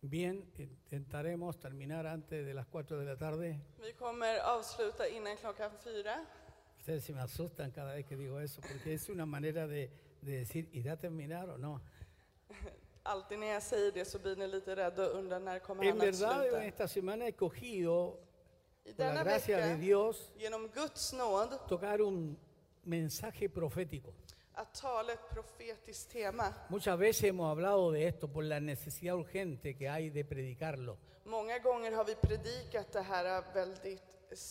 bien. Intentaremos terminar antes de las 4 de la tarde. Vi kommer avsluta innan klockan fyra. Ustedes se me asustan cada vez que digo eso, porque es una manera de, de decir, ¿irá a terminar o no? Alltid när jag säger det så blir ni lite rädda och undrar när kommer En han att verdad, en sluta. esta semana he cogido, I por la denna gracia de vecka, Dios, genom Guds nåd, tocar un mensaje profético. att tala ett profetiskt tema. Muchas veces hemos hablado de esto por la necesidad urgente que hay de predicarlo. Många gånger har vi predikat det här är väldigt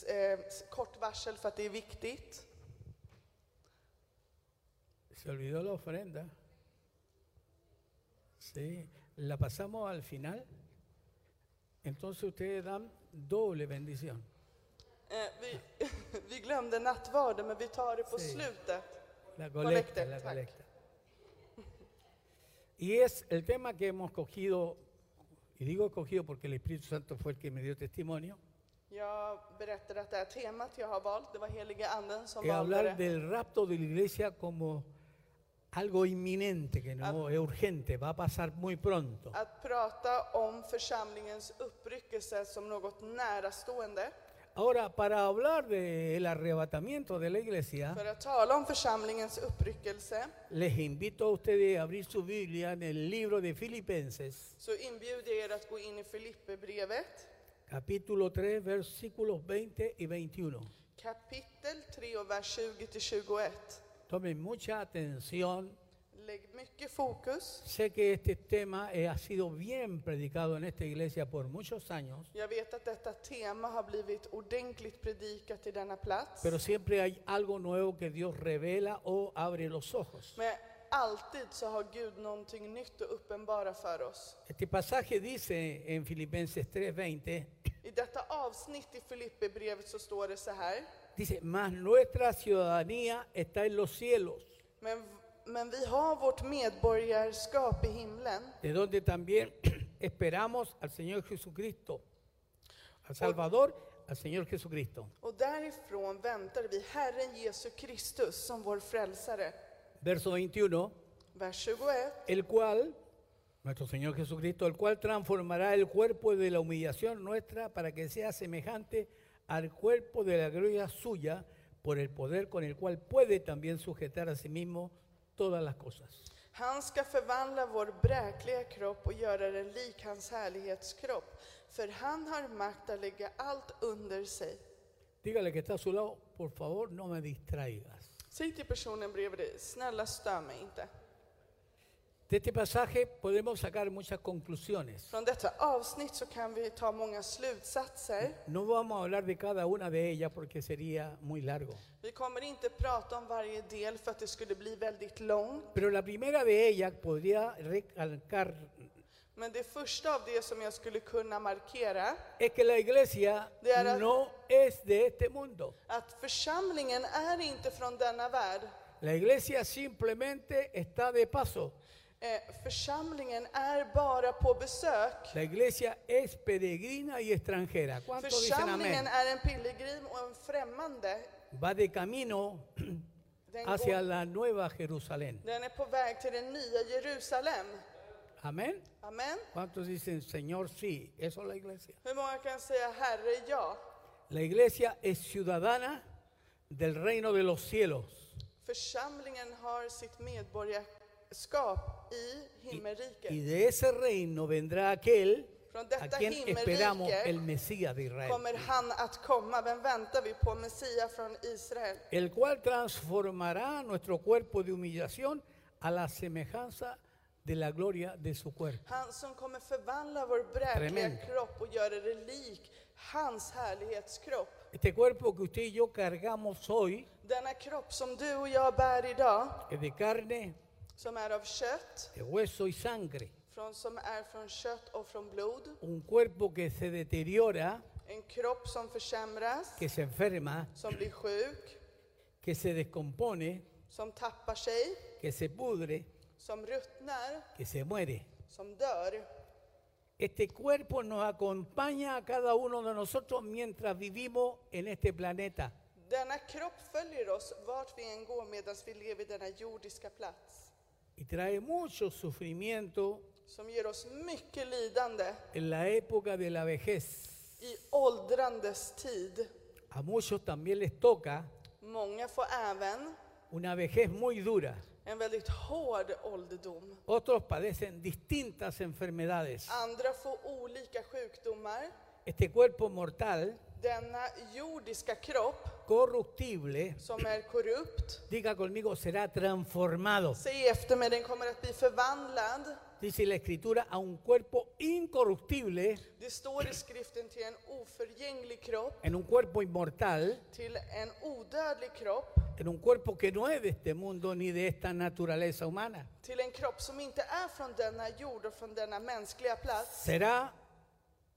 eh, kort varsel för att det är viktigt. Se olvidó la ofrenda. Sí, la pasamos al final. Entonces ustedes dan doble bendición. Eh, vi, vi glömde nattvarden men vi tar det på Sí. slutet. La colecta, Colecta, la tac. colecta. Y es el tema que hemos cogido, y digo cogido porque el Espíritu Santo fue el que me dio testimonio, Jag berättade att det här temat jag har valt, det var heliga anden som es valde hablar det. del rapto de la iglesia como algo inminente, que no es urgente, va a pasar muy pronto. Att prata om församlingens uppryckelse som något närastående. Ahora, para hablar del arrebatamiento de la iglesia, För att tala om församlingens uppryckelse Les invito a ustedes a abrir su Biblia en el libro de Filipenses, så inbjuder jag er att gå in i Filipperbrevet capítulo 3, versículos 20 y 21. kapitel 3 och vers 20-21. Tomen mucha atención. Lägg mycket fokus. Sé que este tema eh, ha sido bien predicado en esta iglesia por muchos años, Jag vet att detta tema har blivit ordentligt predikat i denna plats. pero siempre hay algo nuevo que Dios revela o abre los ojos. Men alltid så har Gud någonting nytt att uppenbara för oss. Este pasaje dice en Filipenses 3:20, I detta avsnitt i Filipperbrevet så står det så här. dice, mas nuestra ciudadanía está en los cielos, Men, men vi har vårt medborgarskap i himlen. de donde también esperamos al Señor Jesucristo, al Salvador, al Señor Jesucristo. Och därifrån väntar vi Herren Jesu Kristus som vår frälsare. Verso 21, Vers 21. el cual, nuestro Señor Jesucristo, el cual transformará el cuerpo de la humillación nuestra para que sea semejante al cuerpo de la gloria suya, por el poder con el cual puede también sujetar a sí mismo todas las cosas. Han ska förvandla vår bräkliga kropp och göra den lik hans härlighetskropp. För han har makt att lägga allt under sig. Dígale que está a su lado, por favor, no me distraigas. Säg till personen bredvid dig, snälla stör mig inte. De este pasaje podemos sacar muchas conclusiones. Från detta avsnitt så kan vi ta många slutsatser. No vamos a hablar de cada una de ellas porque sería muy largo. Vi kommer inte prata om varje del för att det skulle bli väldigt långt. Pero la primera de ellas podría recalcar Men det första av det som jag skulle kunna markera, es que la iglesia De ara- no es de este mundo. att församlingen är inte från denna värld. La iglesia simplemente está de paso. Eh, Församlingen är bara på besök. La iglesia es peregrina y extranjera. ¿Cuántos dicen amén? Församlingen är en pilgrim och en främmande. Va de camino Den, hacia går, la nueva Jerusalén. den är på väg till det nya Jerusalem. Amén. Amen. ¿Cuántos dicen Señor sí? Eso es la iglesia. Hur många kan säga Herre, ja? La iglesia es ciudadana del reino de los cielos. Församlingen har sitt medborgarskap i himmelriket. Y de ese reino vendrá aquel Från a detta quien esperamos el himmelrike Mesías de Israel, kommer han att komma. Vem väntar vi på? Messia från Israel. el cual transformará nuestro cuerpo de humillación a la semejanza de la gloria de su cuerpo. Han som kommer förvandla vår bräckliga Tremendo. kropp och göra det lik hans härlighetskropp. Este cuerpo que usted y yo cargamos hoy Denna kropp som du och jag bär idag, es de carne, som är av kött, de hueso y sangre, från, som är från kött och från blod. un cuerpo que se deteriora, En kropp som försämras, que se enferma, som blir sjuk, que se descompone, som tappar sig, que se pudre, som ruttnar, que se muere. som dör. Este cuerpo nos acompaña a cada uno de nosotros mientras vivimos en este planeta. Denna kropp följer oss vart vi än går medan vi lever i denna jordiska plats. Y trae mucho sufrimiento, som ger oss mycket lidande en la época de la vejez. i åldrandets tid. A muchos también les toca Många får även una vejez muy dura. en väldigt hård ålderdom. Otros padecen distintas enfermedades. Andra får olika sjukdomar. Este cuerpo mortal, Denna jordiska kropp corruptible, som är korrupt, diga conmigo, será transformado. säg efter mig, den kommer att bli förvandlad. Dice la escritura a un cuerpo incorruptible, Det står i skriften till en oförgänglig kropp, en un cuerpo inmortal, till en odödlig kropp, en un cuerpo que no es de este mundo ni de esta naturaleza humana. till en kropp som inte är från denna jord och från denna mänskliga plats. Será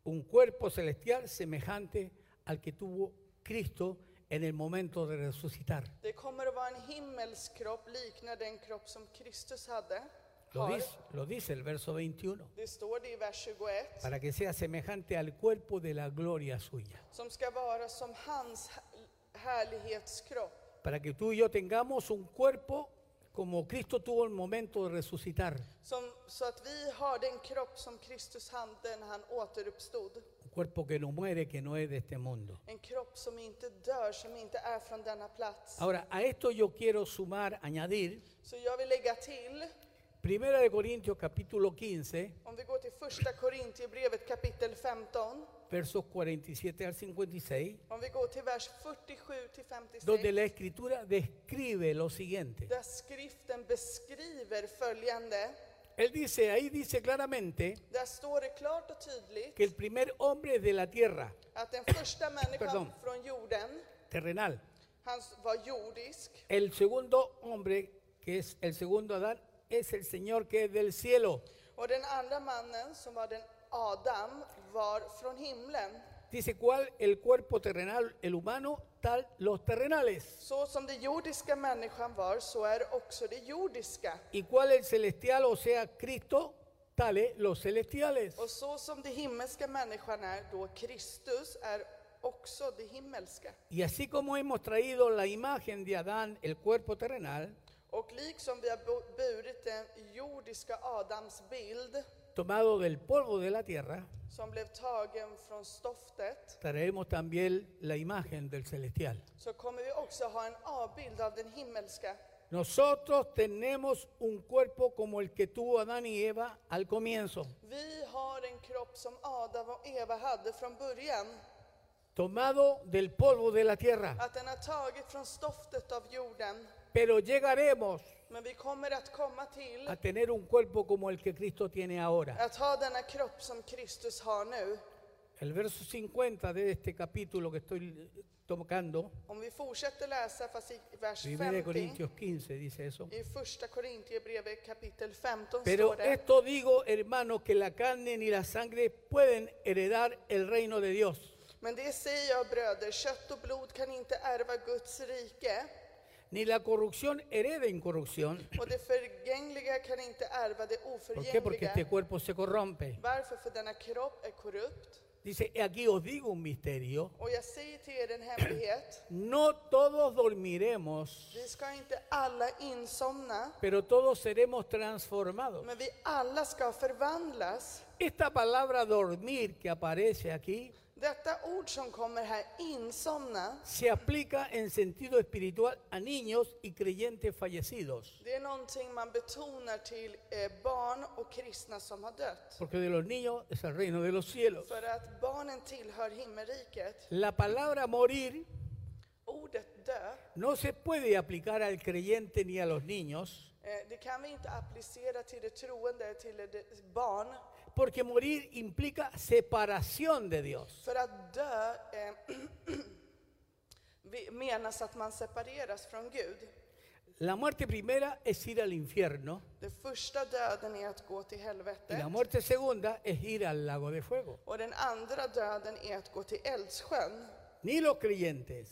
un cuerpo celestial semejante al que tuvo Cristo en el momento de resucitar. Det kommer att vara en himmelsk kropp liknande den kropp som Kristus hade. Lo Har. dice, lo dice el verso 21. Det står det i vers 21. Para que sea semejante al cuerpo de la gloria suya. som ska vara som hans här- härlighetskropp. Para que tú y yo tengamos un cuerpo como Cristo tuvo en el momento de resucitar. Som, så att vi har den kropp som Kristus hade när han återuppstod. Un cuerpo que no muere, que no es de este mundo. En kropp som inte dör, som inte är från denna plats. Ahora, a esto yo quiero sumar, añadir, Så jag vill lägga till, Primera de Corintios capítulo 15, om vi går till första Korintierbrevet kapitel 15. versos 47 al 56, Om vi går till vers 47 till donde 56. la escritura describe lo siguiente. Där skriften beskriver följande. Él dice, ahí dice claramente Där står det klart och tydligt que el primer hombre de la tierra, att den första människan Pardon. från jorden, terrenal, han var jordisk. El segundo hombre, que es el segundo Adán, es el Señor que es del cielo. Och den andra mannen som var den Adam var från himlen. Dice cuál el cuerpo terrenal, el humano, tal los terrenales. Så som den jordiska människan var, så är också det jordiska. Y cuál el celestial, o sea, Cristo, tales los celestiales. Och så som den himmelska människan är, då Kristus är också det himmelska. Y así como hemos traído la imagen de Adán, el cuerpo terrenal, Och liksom vi har bu- burit den jordiska Adams bild, tomado del polvo de la tierra, som blev tagen från stoftet, traeremos también la imagen del celestial. så kommer vi också ha en avbild av den himmelska. Nosotros tenemos un cuerpo como el que tuvo Adán y Eva al comienzo. Vi har en kropp som Adam och Eva hade från början. tomado del polvo de la tierra, att den har tagit från stoftet av jorden. pero llegaremos Men vi kommer att komma till a tener un cuerpo como el que Cristo tiene ahora. att ha denna kropp som Kristus har nu. El verso 50 de este capítulo que estoy tocando, Om vi fortsätter läsa, fast i vers 1 de 50, Corintios 15 dice eso. i första Korintierbrevet kapitel 15 Pero står det. esto digo, hermanos, que la carne ni la sangre pueden heredar el reino de Dios, Men det säger jag bröder, kött och blod kan inte ärva Guds rike ni la corrupción hereda incorrupción. och det förgängliga kan inte ärva det ¿Por qué? Porque este oförgängliga. cuerpo se corrompe. Varför? För denna kropp är korrupt. Dice, "He aquí os digo un misterio, Och jag säger till er en hemlighet. no todos dormiremos, Vi ska inte alla insomna. pero todos seremos transformados. Men vi alla ska förvandlas. Esta palabra dormir que aparece aquí Detta ord som kommer här, insomna, se aplica en sentido espiritual a niños y creyentes fallecidos. det är någonting man betonar till eh, barn och kristna som har dött. Porque de los niños es el reino de los cielos. För att barnen tillhör himmelriket. La palabra morir Ordet dö, no se puede aplicar al creyente ni a los niños, eh, det kan vi inte applicera till det troende, till det barn. porque morir implica separación de Dios. För att dö eh, vi- menas att man separeras från Gud. La muerte primera es ir al infierno Den första döden är att gå till y la helvetet. muerte segunda es ir al lago de fuego. Och den andra döden är att gå till eldsjön. Ni los creyentes,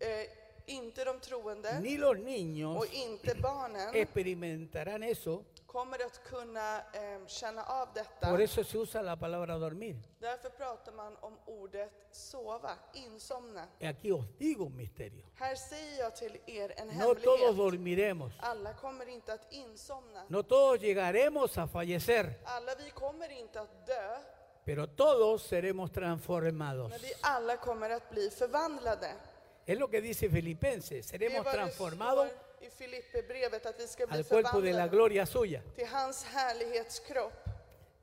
Eh, inte de troende ni Eh- los niños och inte barnen experimentarán eso kommer att kunna eh, känna av detta. Por eso se usa la palabra dormir. Därför pratar man om ordet sova, insomna. Y Aquí os digo un misterio. Här säger jag till er en No todos hemlighet. dormiremos. Alla kommer inte att insomna. No todos llegaremos a fallecer, Alla vi kommer inte att dö, pero todos seremos transformados. men vi alla kommer att bli förvandlade. Es lo que dice Filipenses, Det är seremos vad det transformados står i Filipperbrevet att vi ska bli al cuerpo de la förvandlade gloria suya. till hans härlighetskropp.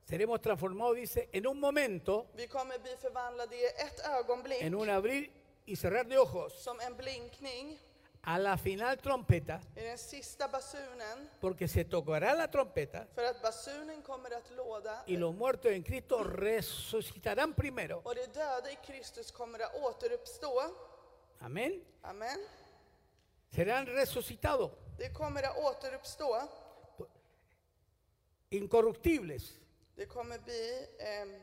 Seremos transformados, dice, en un momento, Vi kommer bli förvandlade i ett ögonblick, en un abrir y cerrar de ojos, som en blinkning, a la final trompeta, i den sista basunen. porque se tocará la trompeta För att basunen kommer att låda y los muertos en Cristo resucitarán primero. och de döda i Kristus kommer att återuppstå. Amén. Amen. Serán resucitados, Det kommer att återuppstå. incorruptibles. Det kommer bli... ehm,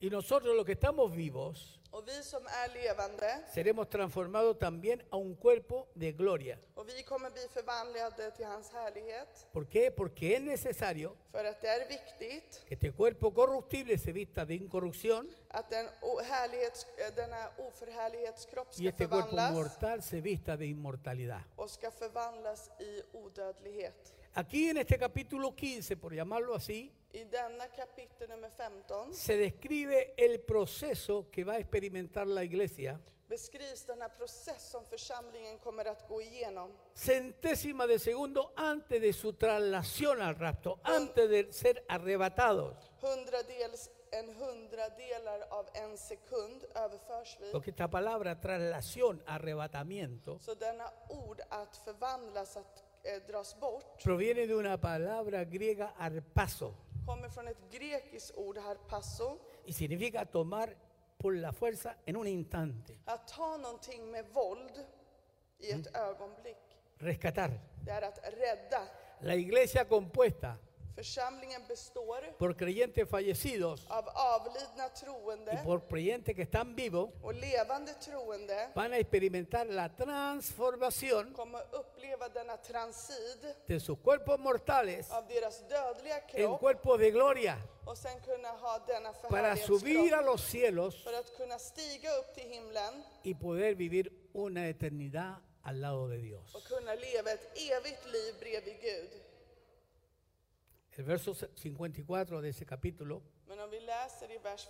Y nosotros los que estamos vivos, och vi som är levande, seremos transformados también a un cuerpo de gloria. och vi kommer bli förvandlade till hans härlighet. ¿Por qué? Porque es necesario För att det är viktigt que este cuerpo corruptible se vista de incorrupción att den o- härlighets, eh, denna oförhärlighetskropp y ska este cuerpo förvandlas mortal se vista de inmortalidad. och ska förvandlas i odödlighet. Aquí en este capítulo 15, por llamarlo así, I denna kapitel nummer 15 se describe el proceso que va a experimentar la iglesia, beskrivs denna process som församlingen kommer att gå igenom. centésima de segundo antes de su traslación al rapto, antes de ser arrebatados. Hundradels, en hundradelar av en sekund överförs vi. Porque esta palabra traslación, arrebatamiento, Så denna ord att förvandlas, att eh, dras bort, proviene de una palabra griega arpazo kommer från ett grekiskt ord, harpasso, y significa tomar por la fuerza en un instante, att ta någonting med våld i ett ögonblick. rescatar. Det är att rädda. La iglesia compuesta Församlingen består por creyentes fallecidos av avlidna y troende por creyentes que están vivos och levande troende van a experimentar la transformación kommer uppleva denna transid de sus cuerpos mortales av deras dödliga en kropp cuerpos de gloria och sen kunna ha denna para subir a förhärlighetskropp los cielos för att kunna stiga upp till himlen y poder vivir una eternidad al lado de och Dios. kunna leva ett evigt liv bredvid Gud. El verso 54 de ese capítulo Men om vi läser i vers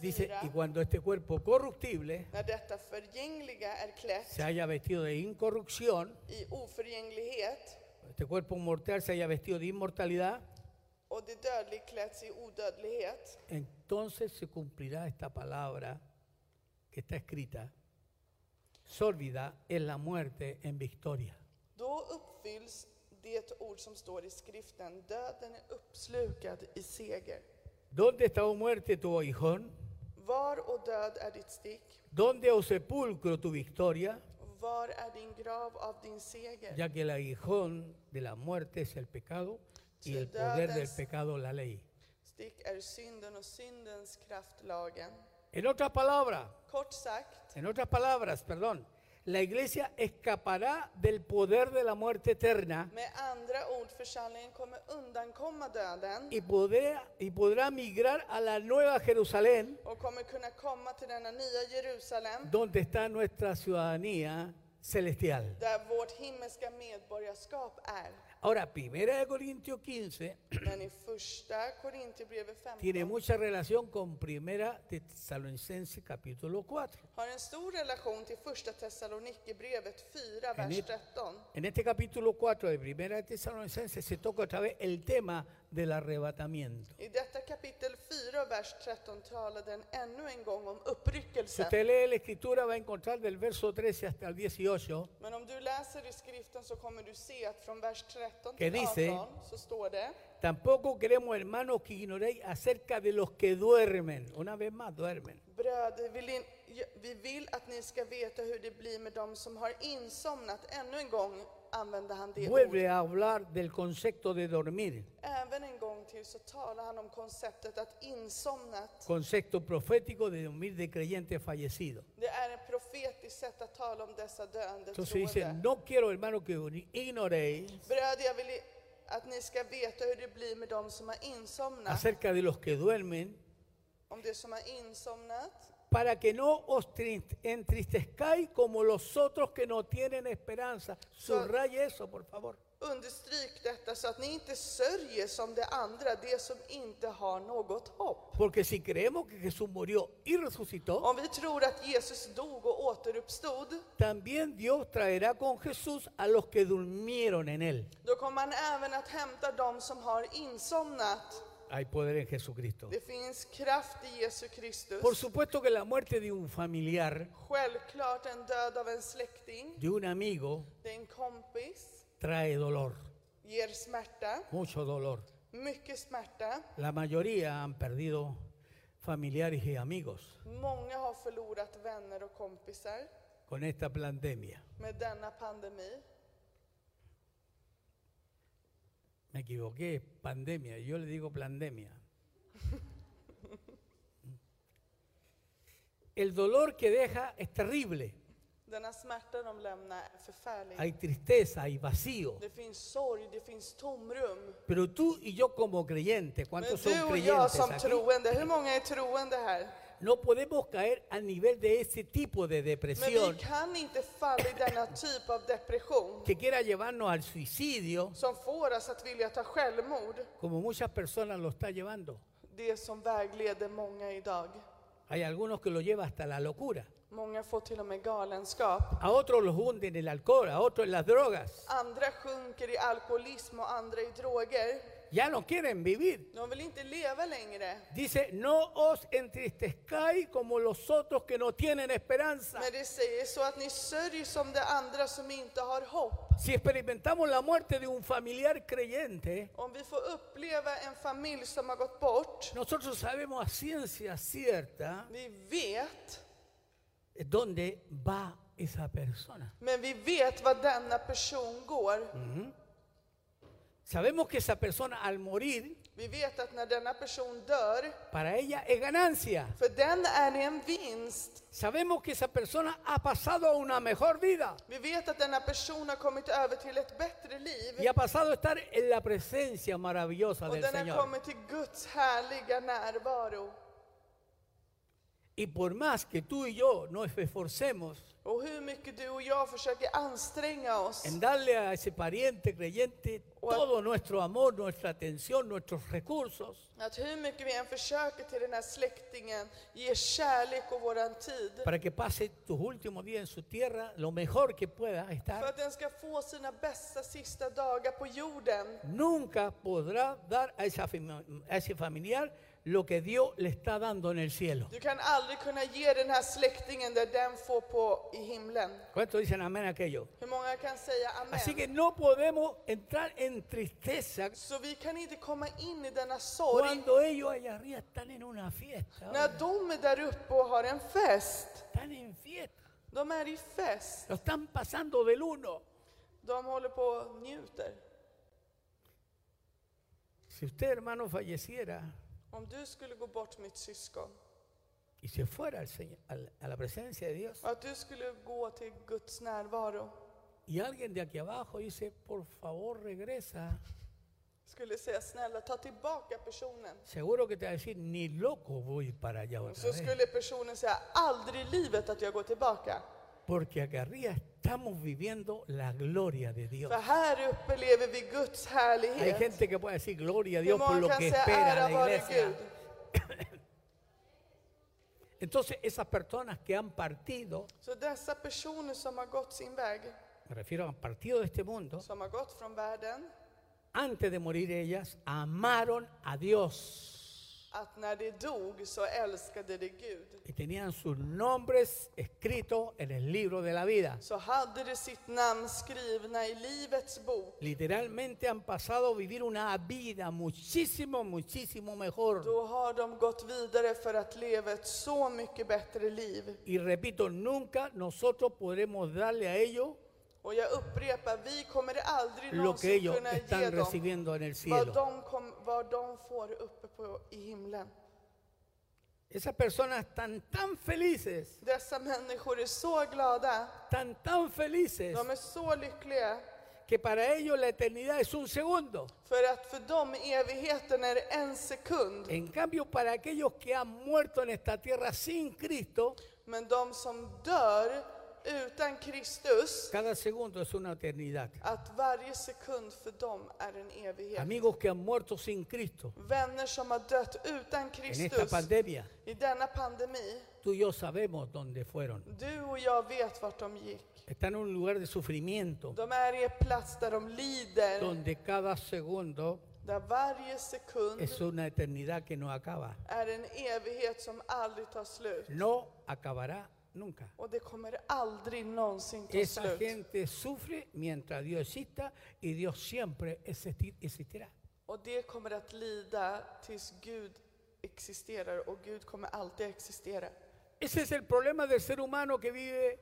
dice, 54, y cuando este cuerpo corruptible när detta förgängliga är klätt se haya vestido de incorrupción, i oförgänglighet este cuerpo mortal se haya vestido de inmortalidad, och det dödliga klätts i odödlighet, entonces se cumplirá esta palabra que está escrita. Sólvida es la muerte en victoria. Då uppfylls det ord som står i skriften, döden är uppslukad i seger. ¿Dónde está, oh muerte, tu aguijón? Var och död är ditt stick, ¿Dónde, oh sepulcro, tu victoria? och var är din grav av din seger? Ya que el aguijón de la muerte es el pecado y el poder del pecado la ley. Stick är synden och syndens kraft lagen. En otras palabras, Kort sagt, en otras palabras, perdón, la iglesia escapará del poder de la muerte eterna med andra ord, församlingen kommer undankomma döden y podrá, y podrá migrar a la nueva Jerusalén, och kommer kunna komma till denna nya Jerusalem, donde está nuestra ciudadanía celestial. där vårt himmelska medborgarskap är. Ahora, Primera de Corintios 15 Men i första Korinthierbrevet 15 tiene mucha relación con Primera de Tesalonicenses capítulo 4. har en stor relation till första Thessalonikerbrevet 4, En vers it- 13. En este capítulo 4 de Primera de Tesalonicenses se toca otra vez el tema del arrebatamiento. I detta kapitel 4, vers 13 talar den ännu en gång om Si uppryckelsen. usted lee la escritura va a encontrar del verso 13 hasta el 18 Men om du läser i skriften så kommer du se att från vers 13 Que till dice- 18 så står det Tampoco queremos, hermanos, que ignoréis acerca de los que duermen. Una vez más, duermen. Bröder, vill in, vi vill att ni ska veta hur det blir med dem som har insomnat. Ännu en gång använder han det Vuelve ordet. a hablar del concepto de dormir, Även en gång till så talar han om konceptet att insomnat concepto profético de dormir de creyentes fallecidos. Det är ett profetiskt sätt att tala om dessa döende Entonces dice, troende. no quiero, hermano, que ignoréis Bröder, jag vill i- att ni ska veta hur det blir med dem som har insomnat, acerca de los que duermen, om det som har insomnat, para que no os trin- entristezcáis como los otros que no tienen esperanza. Subraye eso, por favor. Understryk detta så att ni inte sörjer som de andra, de som inte har något hopp. Porque si creemos que Jesús murió y resucitó, Om vi tror att Jesus dog och återuppstod, también Dios traerá con Jesús a los que durmieron en él. då kommer han även att hämta dem som har insomnat. Hay poder en Jesucristo. Det finns kraft i Jesu Kristus. Por supuesto que la muerte de un familiar, Självklart en död av en släkting, de un amigo, det är en kompis, trae dolor, ger smärta, mucho dolor. mycket smärta. La mayoría han perdido familiares y amigos Många har förlorat vänner och kompisar con esta pandemia. med denna pandemi. Me equivoqué, pandemia. Yo le digo pandemia. El dolor que deja es terrible. Denna smärta de lämnar är förfärlig. Hay tristeza, hay vacío. Det finns sorg, det finns tomrum. Pero tú y yo como creyentes, Men ¿cuántos du son och jag creyentes som aquí? troende, hur många är troende här? No podemos caer al nivel de ese tipo de Men depresión vi kan inte falla i denna typ av depression que quiera llevarnos al suicidio, som får oss att vilja ta självmord. como muchas personas lo están llevando. Det som vägleder många idag. Hay algunos que lo llevan hasta la locura. Många får till och med galenskap. A otros los hunden en el alcohol, a otros en las drogas. Andra sjunker i alkoholism och andra i droger. Ya no quieren vivir. De vill inte leva längre. Dice, no os entristezcáis como los otros que no tienen esperanza. Men det säger så att ni sörjer som de andra som inte har hopp. Si experimentamos la muerte de un familiar creyente, Om vi får uppleva en familj som har gått bort, nosotros sabemos a ciencia cierta vi vet dónde va esa persona. Men vi vet vad denna person går. Sabemos que esa persona al morir, Vi vet att när denna person dör, para ella es ganancia. för den är det en vinst. Sabemos que esa persona ha pasado a una mejor vida Vi vet att denna person har kommit över till ett bättre y liv. ha pasado a estar en la presencia maravillosa Och del den har Señor. kommit till Guds härliga närvaro. Y por más que tú y yo nos esforcemos Och hur mycket du och jag försöker anstränga oss en darle a ese pariente creyente O a- todo nuestro amor, nuestra atención, nuestros recursos, att hur mycket vi än försöker till den här släktingen ge kärlek och våran tid para que pase tus últimos días en su tierra lo mejor que pueda för estar, att den ska få sina bästa sista dagar på jorden nunca podrá dar a, esa fami- a ese familiar lo que Dios le está dando en el cielo. Du kan aldrig kunna ge den här släktingen det den får på i himlen. ¿Cuántos dicen amén a aquello? Hur många kan säga Así que amen? no podemos entrar en tristeza Så vi kan inte komma in i denna sorg cuando ellos allá arriba están en una fiesta, när de är där uppe och har en fest. están en fiesta, De är i fest. lo están pasando del uno. De håller på och njuter. Si usted, hermano, falleciera Om du skulle gå bort mitt syskon y se fuera al Señor- al- a la presencia de Dios, och att du skulle gå till Guds närvaro y alguien de aquí abajo dice, por favor regresa, skulle säga snälla ta tillbaka personen. seguro que te va a decir, ni loco voy para allá Och otra så vez. skulle personen säga aldrig i livet att jag går tillbaka. Porque acá arriba estamos viviendo la gloria de Dios. För här uppe lever vi Guds Hay härlighet. gente que puede decir gloria a Hur Dios por många lo kan que säga ära espera la vare iglesia. Gud? Entonces esas personas que han partido, Så dessa personer som har gått sin väg, me refiero a partido de este mundo, som har gått från världen, antes de morir ellas, amaron a Dios att när de dog så älskade de Gud. y tenían sus nombres escritos en el libro de la vida. Så hade de sitt namn skrivna i Livets bok. Literalmente han pasado a vivir una vida muchísimo, muchísimo mejor. Då har de gått vidare för att leva ett så mycket bättre liv. Y repito, nunca nosotros podremos darle a ellos Och jag upprepar, vi kommer lo aldrig que någonsin ellos kunna ge están dem recibiendo en el vad cielo. de, kom, vad de får uppe på, i himlen. Esas personas están tan felices, Dessa människor är så glada, están tan felices de är så lyckliga que para ellos la eternidad es un segundo. För att för dem evigheten är en sekund. En cambio, para aquellos que han muerto en esta tierra sin Cristo, Men de som dör utan Kristus, cada segundo es una eternidad. att varje sekund för dem är en evighet. Amigos que han muerto sin Cristo Vänner som har dött utan en esta Kristus pandemia, i denna pandemi, tú y yo sabemos dónde fueron. du och jag vet vart de gick. Están en un lugar de sufrimiento, De är i en plats där de lider, donde cada segundo där varje sekund es una eternidad que no acaba. är en evighet som aldrig tar slut. No acabará nunca. Och det kommer aldrig någonsin ta Esa slut. gente sufre mientras Dios exista y Dios siempre existi- existirá. Och det kommer att lida tills Gud existerar och Gud kommer alltid existera. Ese es el problema del ser humano que vive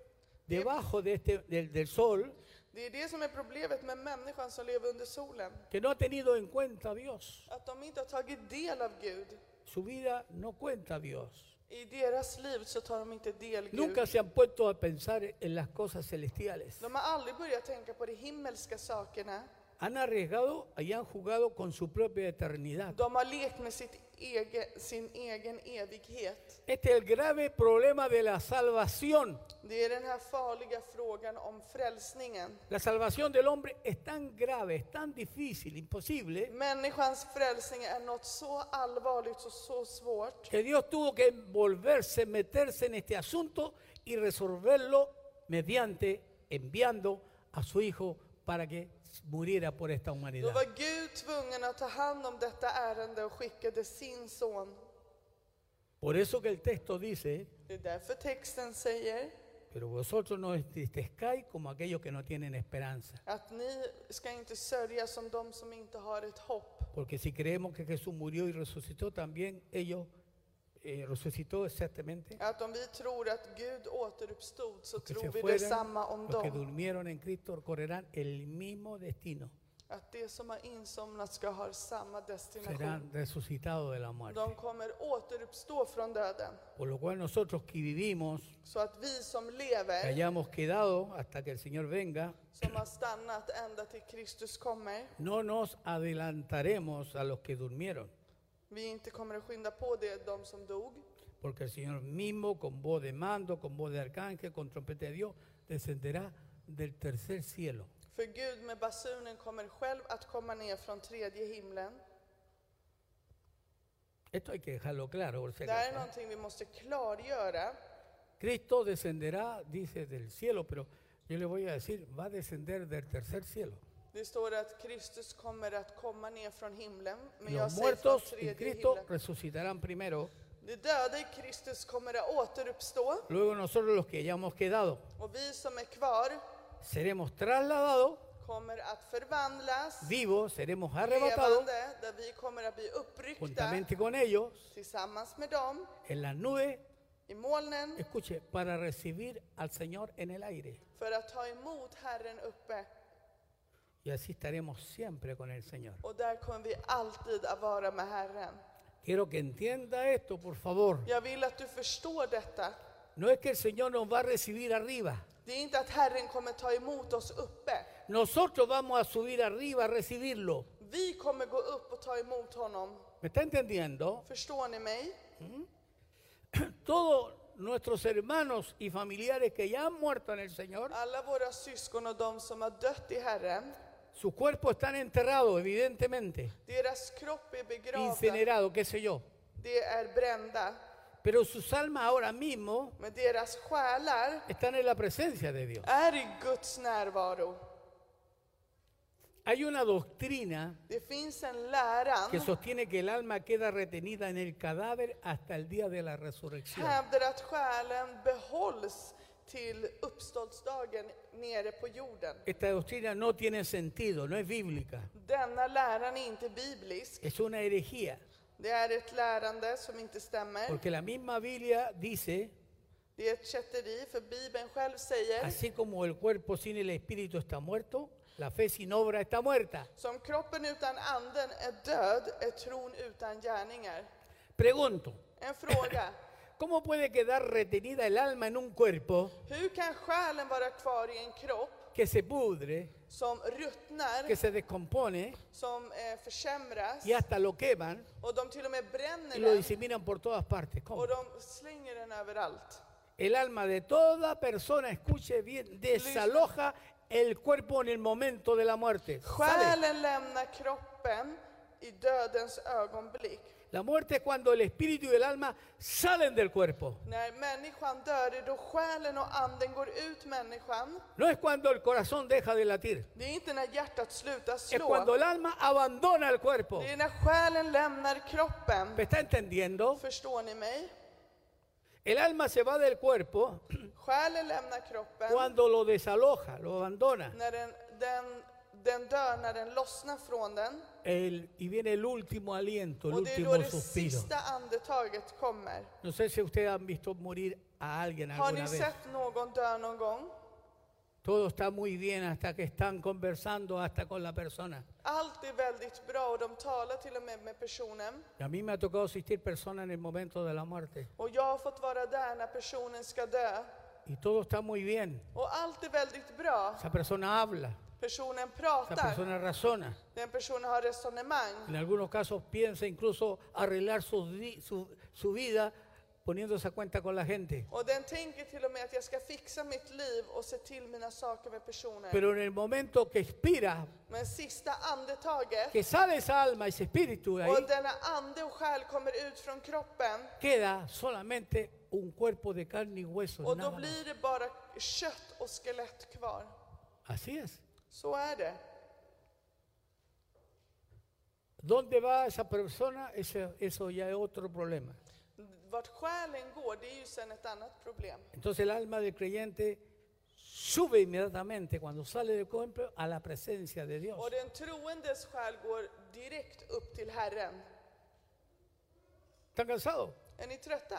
debajo de este, del, del sol, Det är det som är problemet med människan som lever under solen. que no ha tenido en cuenta a Dios. Att de inte har tagit del av Gud. Su vida no cuenta a Dios. I deras liv så tar de inte del Gud. Nunca se han puesto a pensar en las cosas celestiales. De har aldrig börjat tänka på de himmelska sakerna. Han arriesgado y han jugado con su propia eternidad. De har lekt med sitt ege, sin egen evighet. Este es el grave problema de la salvación. Det är den här farliga frågan om frälsningen. La salvación del hombre es tan grave, es tan difícil, imposible, Människans frälsning är något så allvarligt och så svårt. que Dios tuvo que envolverse, meterse en este asunto y resolverlo mediante enviando a su hijo para que muriera por esta Då humanidad. var Gud tvungen att ta hand om detta ärende och skickade sin son. Por eso que el texto dice, Det är därför texten säger pero vosotros no entristezcáis como aquellos que no tienen esperanza. att ni ska inte sörja som de som inte har ett hopp. Porque si creemos que Jesús murió y resucitó, también ellos eh, resucitó exactamente. Att om vi tror att Gud återuppstod så Que se tror vi fueran, detsamma om los que dem. durmieron en Cristo correrán el mismo destino. Att de som har insomnat ska ha samma destination. Serán resucitados de la muerte. De kommer återuppstå från döden. Por lo cual nosotros que vivimos, Så att vi som que lever, hayamos quedado hasta que el Señor venga, som har stannat ända till Kristus kommer, no nos adelantaremos a los que durmieron. vi inte kommer att skynda på det, de som dog. Porque el Señor mismo, con voz de mando, con voz de arcángel, con trompeta de Dios, descenderá del tercer cielo. För Gud med basunen kommer själv att komma ner från tredje himlen. Esto hay que dejarlo claro. Por si Det här är acaso. någonting vi måste klargöra. Cristo descenderá, dice, del cielo, pero yo le voy a decir, va a descender del tercer cielo. Det står att Kristus kommer att komma ner från himlen. Men jag Los säger från muertos en tredje Cristo himlen. resucitarán primero, De döda i Kristus kommer att återuppstå. luego nosotros los que hayamos quedado Och vi som är kvar seremos trasladados kommer att förvandlas. vivos, seremos arrebatados Levande, där vi kommer att bli uppryckta juntamente con ellos tillsammans med dem en las nubes, i molnen escuche, para recibir al Señor en el aire. för att ta emot Herren uppe. Y así estaremos siempre con el Señor. Och där kommer vi alltid att vara med Herren. Quiero que entienda esto, por favor. Jag vill att du förstår detta. No es que el Señor nos va a recibir arriba. Det är inte att Herren kommer ta emot oss uppe. Nosotros vamos a subir arriba a recibirlo. Vi kommer gå upp och ta emot honom. ¿Me está entendiendo? Förstår ni mig? Todos nuestros hermanos y familiares que ya han muerto en el Señor, Alla våra syskon och de som har dött i Herren, sus cuerpos están enterrados, evidentemente, deras kropp är begravda, incinerados, qué sé yo. de är brända. Pero sus almas ahora mismo Men deras själar están en la presencia de Dios. är i Guds närvaro. Hay una doctrina Det finns en que läran sostiene que el alma queda retenida en el cadáver hasta el día de la resurrección. hävdar att själen behålls till uppståndsdagen nere på jorden. Esta doctrina no tiene sentido, no es bíblica. Denna läran är inte biblisk. Es una herejía. Det är ett lärande som inte stämmer. Porque la misma Biblia dice, Det är ett kätteri, för Bibeln själv säger así como el cuerpo sin el espíritu está muerto, la fe sin obra está muerta. som kroppen utan anden är död är tron utan gärningar. Pregunto, En fråga. ¿cómo puede quedar retenida el alma en un cuerpo Hur kan själen vara kvar i en kropp que se pudre, som ruttnar, que se descompone som eh, försämras y hasta lo queman och de till och med bränner y lo den diseminan por todas partes. ¿Cómo? och de slänger den överallt. El alma de toda persona, escuche bien, desaloja el cuerpo en el momento de la muerte. Sale. Själen lämnar kroppen i dödens ögonblick. La muerte es cuando el espíritu y el alma salen del cuerpo. När människan dör, det är då själen och anden går ut människan. No es cuando el corazón deja de latir. Det är inte när hjärtat slutar Es cuando slå. el alma abandona el cuerpo. Det är när själen lämnar kroppen. ¿Me está entendiendo? Förstår ni mig? El alma se va del cuerpo Själen lämnar kroppen cuando lo desaloja, lo abandona. när den, den, den dör, när den lossnar från den. El- y viene el último aliento, el Och det är då último det suspiro. sista andetaget kommer. No sé si ustedes han visto morir a alguien Har alguna ni vez. sett någon dö någon gång? Todo está muy bien hasta que están conversando hasta con la persona. Allt är väldigt bra och de talar till och med med personen. Y a mí me ha tocado asistir personas en el momento de la muerte. Och jag har fått vara där när personen ska dö. Y todo está muy bien. Och allt är väldigt bra. Esa persona habla, Personen esa pratar. persona razona. Den personen har resonemang. En algunos casos piensa incluso arreglar su, di- su, su vida poniéndose a cuenta con la gente. Och den tänker till och med att jag ska fixa mitt liv och se till mina saker med personen. Pero en el momento que expira, Men sista andetaget, que sale esa alma, ese espíritu de ahí, och denna ande och själ kommer ut från kroppen. queda solamente un cuerpo de carne y hueso. Och då nada más. blir det bara kött och skelett kvar. Así es. Så är det. ¿Dónde va esa persona? Ese- eso ya es otro problema. Vart själen går, det är ju sen ett annat problem. Entonces el alma del creyente sube inmediatamente cuando sale del templo a la presencia de Dios. Och den troendes själ går direkt upp till Herren. ¿Están cansados? Är ni trötta?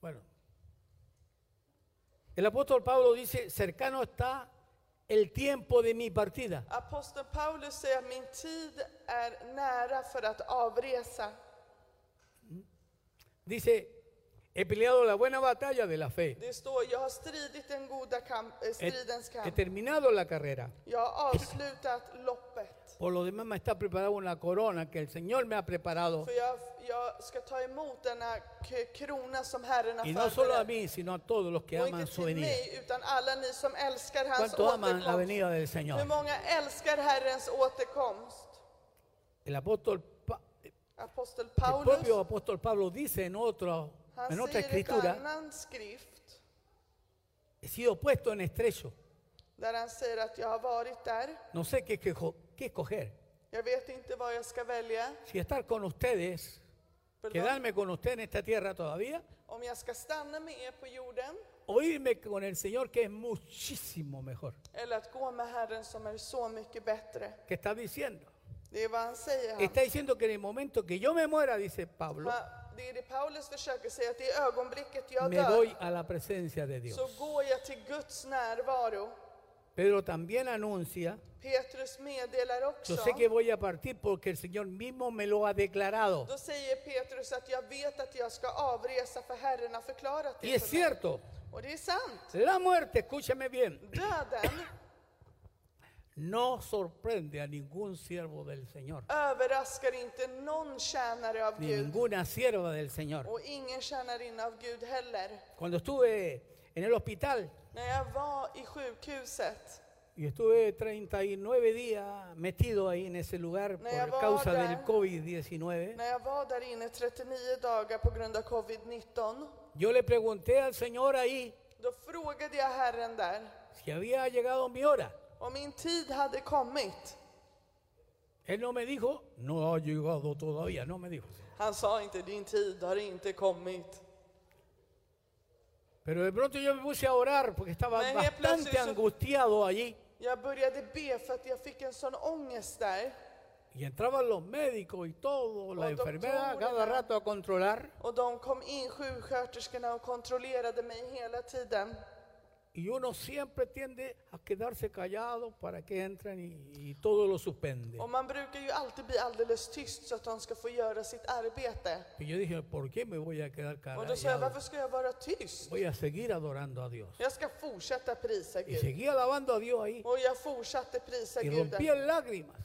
Bueno. El apóstol Pablo dice, cercano está el tiempo de mi partida. Aposteln Paulus säger att min tid är nära för att avresa. Dice, he peleado la buena batalla de la fe. Det står, jag har stridit den goda kamp, eh, He, stridens he kamp. terminado la carrera. Jag har avslutat loppet. Por lo demás me está preparada una corona que el Señor me ha preparado. För jag, jag ska ta emot denna k- krona som Herren har Y no solo a förberett. mí, sino a todos los que Och aman inte su till venida. mig, utan alla ni som älskar hans ¿Cuánto aman la återkomst. venida del Hur Señor? många älskar Herrens återkomst? El apóstol Pa- Apostel El propio Paulus, apóstol Pablo dice en, otro, han en otra säger i en escritura, annan skrift he sido puesto en estrecho. där han säger att jag har varit där. No sé qué, quejo- qué escoger. Jag vet inte vad jag ska välja. Si estar con ustedes, Perdón. quedarme con ustedes en esta tierra todavía, Om jag ska stanna med er på jorden o irme con el Señor, que es muchísimo mejor. eller att gå med Herren som är så mycket bättre. ¿Qué está diciendo? Det är vad han säger. Han. Está diciendo que en el momento que yo me muera, dice Pablo, Han- Det är det Paulus försöker säga, att i ögonblicket jag me voy dör a la presencia de Dios. så går jag till Guds närvaro. Pedro también anuncia, Petrus meddelar yo också, sé que voy a partir porque el Señor mismo me lo ha declarado. då säger Petrus att jag vet att jag ska avresa för Herren har förklarat Y det es för mig. cierto, Och det är sant. la muerte, escúchame bien, Döden no sorprende a ningún siervo del Señor, överraskar inte någon tjänare av ni Gud ninguna sierva del Señor. och ingen tjänarinna av Gud heller. Cuando estuve en el hospital När jag var i sjukhuset, y estuve 39 días metido ahí en ese lugar Me por voy causa ahora. del COVID-19, när jag var där inne 39 dagar på grund av covid-19, yo le pregunté al Señor ahí då frågade jag Herren där si había llegado mi hora. om min tid hade kommit. Él no me dijo, no ha llegado todavía, no me dijo. Han sa inte din tid har inte kommit. Pero de pronto yo me puse a orar porque estaba Me había bastante plazo- angustiado allí. Jag började be för att jag fick en sån ångest där. Y entraban los médicos y todo, la Oh, doctor, enfermedad cada ¿verdad? rato a controlar. Och de kom in, sjuksköterskorna, och kontrollerade mig hela tiden. Y uno siempre tiende a quedarse callado para que entren y, y todo lo suspende. Och man brukar ju alltid bli alldeles tyst så att de ska få göra sitt arbete. Y yo dije, ¿por qué me voy a quedar Och då sa jag, callado? varför ska jag vara tyst? Voy a seguir adorando a Dios. Jag ska fortsätta prisa Y Gud. seguí alabando a Dios ahí. Och jag fortsatte prisa Y Gud. rompí en lágrimas.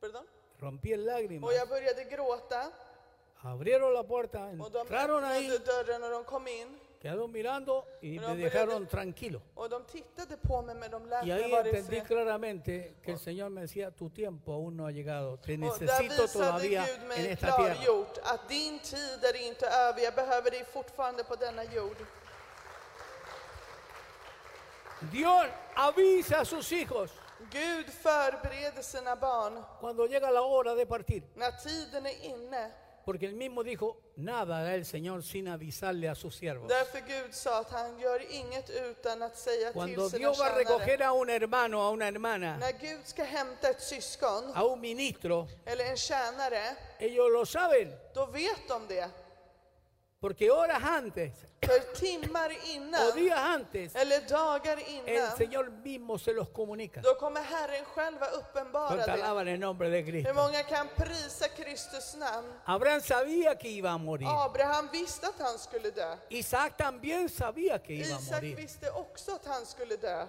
Pardon? Rompí en lágrimas. Och jag började gråta. Abrieron la puerta, Och de entraron ahí, öppnade dörren och de kom in. quedaron mirando y Pero me hombre, dejaron de- tranquilo. Och de tittade på mig men de lät Y mig ahí vara entendí ifred. claramente que el Señor me decía, tu tiempo aún no ha llegado, te Och där necesito visade todavía Gud en mig esta tierra. klargjort att din tid är inte över. Jag behöver dig fortfarande på denna jord. Dios avisa a sus hijos Gud förbereder sina barn cuando llega la hora de partir, när tiden är inne. porque él mismo dijo, nada hará el Señor sin avisarle a sus siervos. Därför Gud sa att han gör inget utan att säga Cuando till sina Dios va a recoger tjänare. a un hermano, a una hermana, När Gud ska hämta ett syskon a un ministro, eller en tjänare, ellos lo saben, då vet de det. porque horas antes För timmar o innan días antes eller dagar El innan, Señor mismo se los comunica. då kommer Herren själv att uppenbara Cuánto det. alaban el nombre de Hur Cristo. många kan prisa Kristus namn? Abraham sabía que iba a morir. Abraham visste att han skulle dö. Isaac también sabía que iba a Isak morir. visste också att han skulle dö.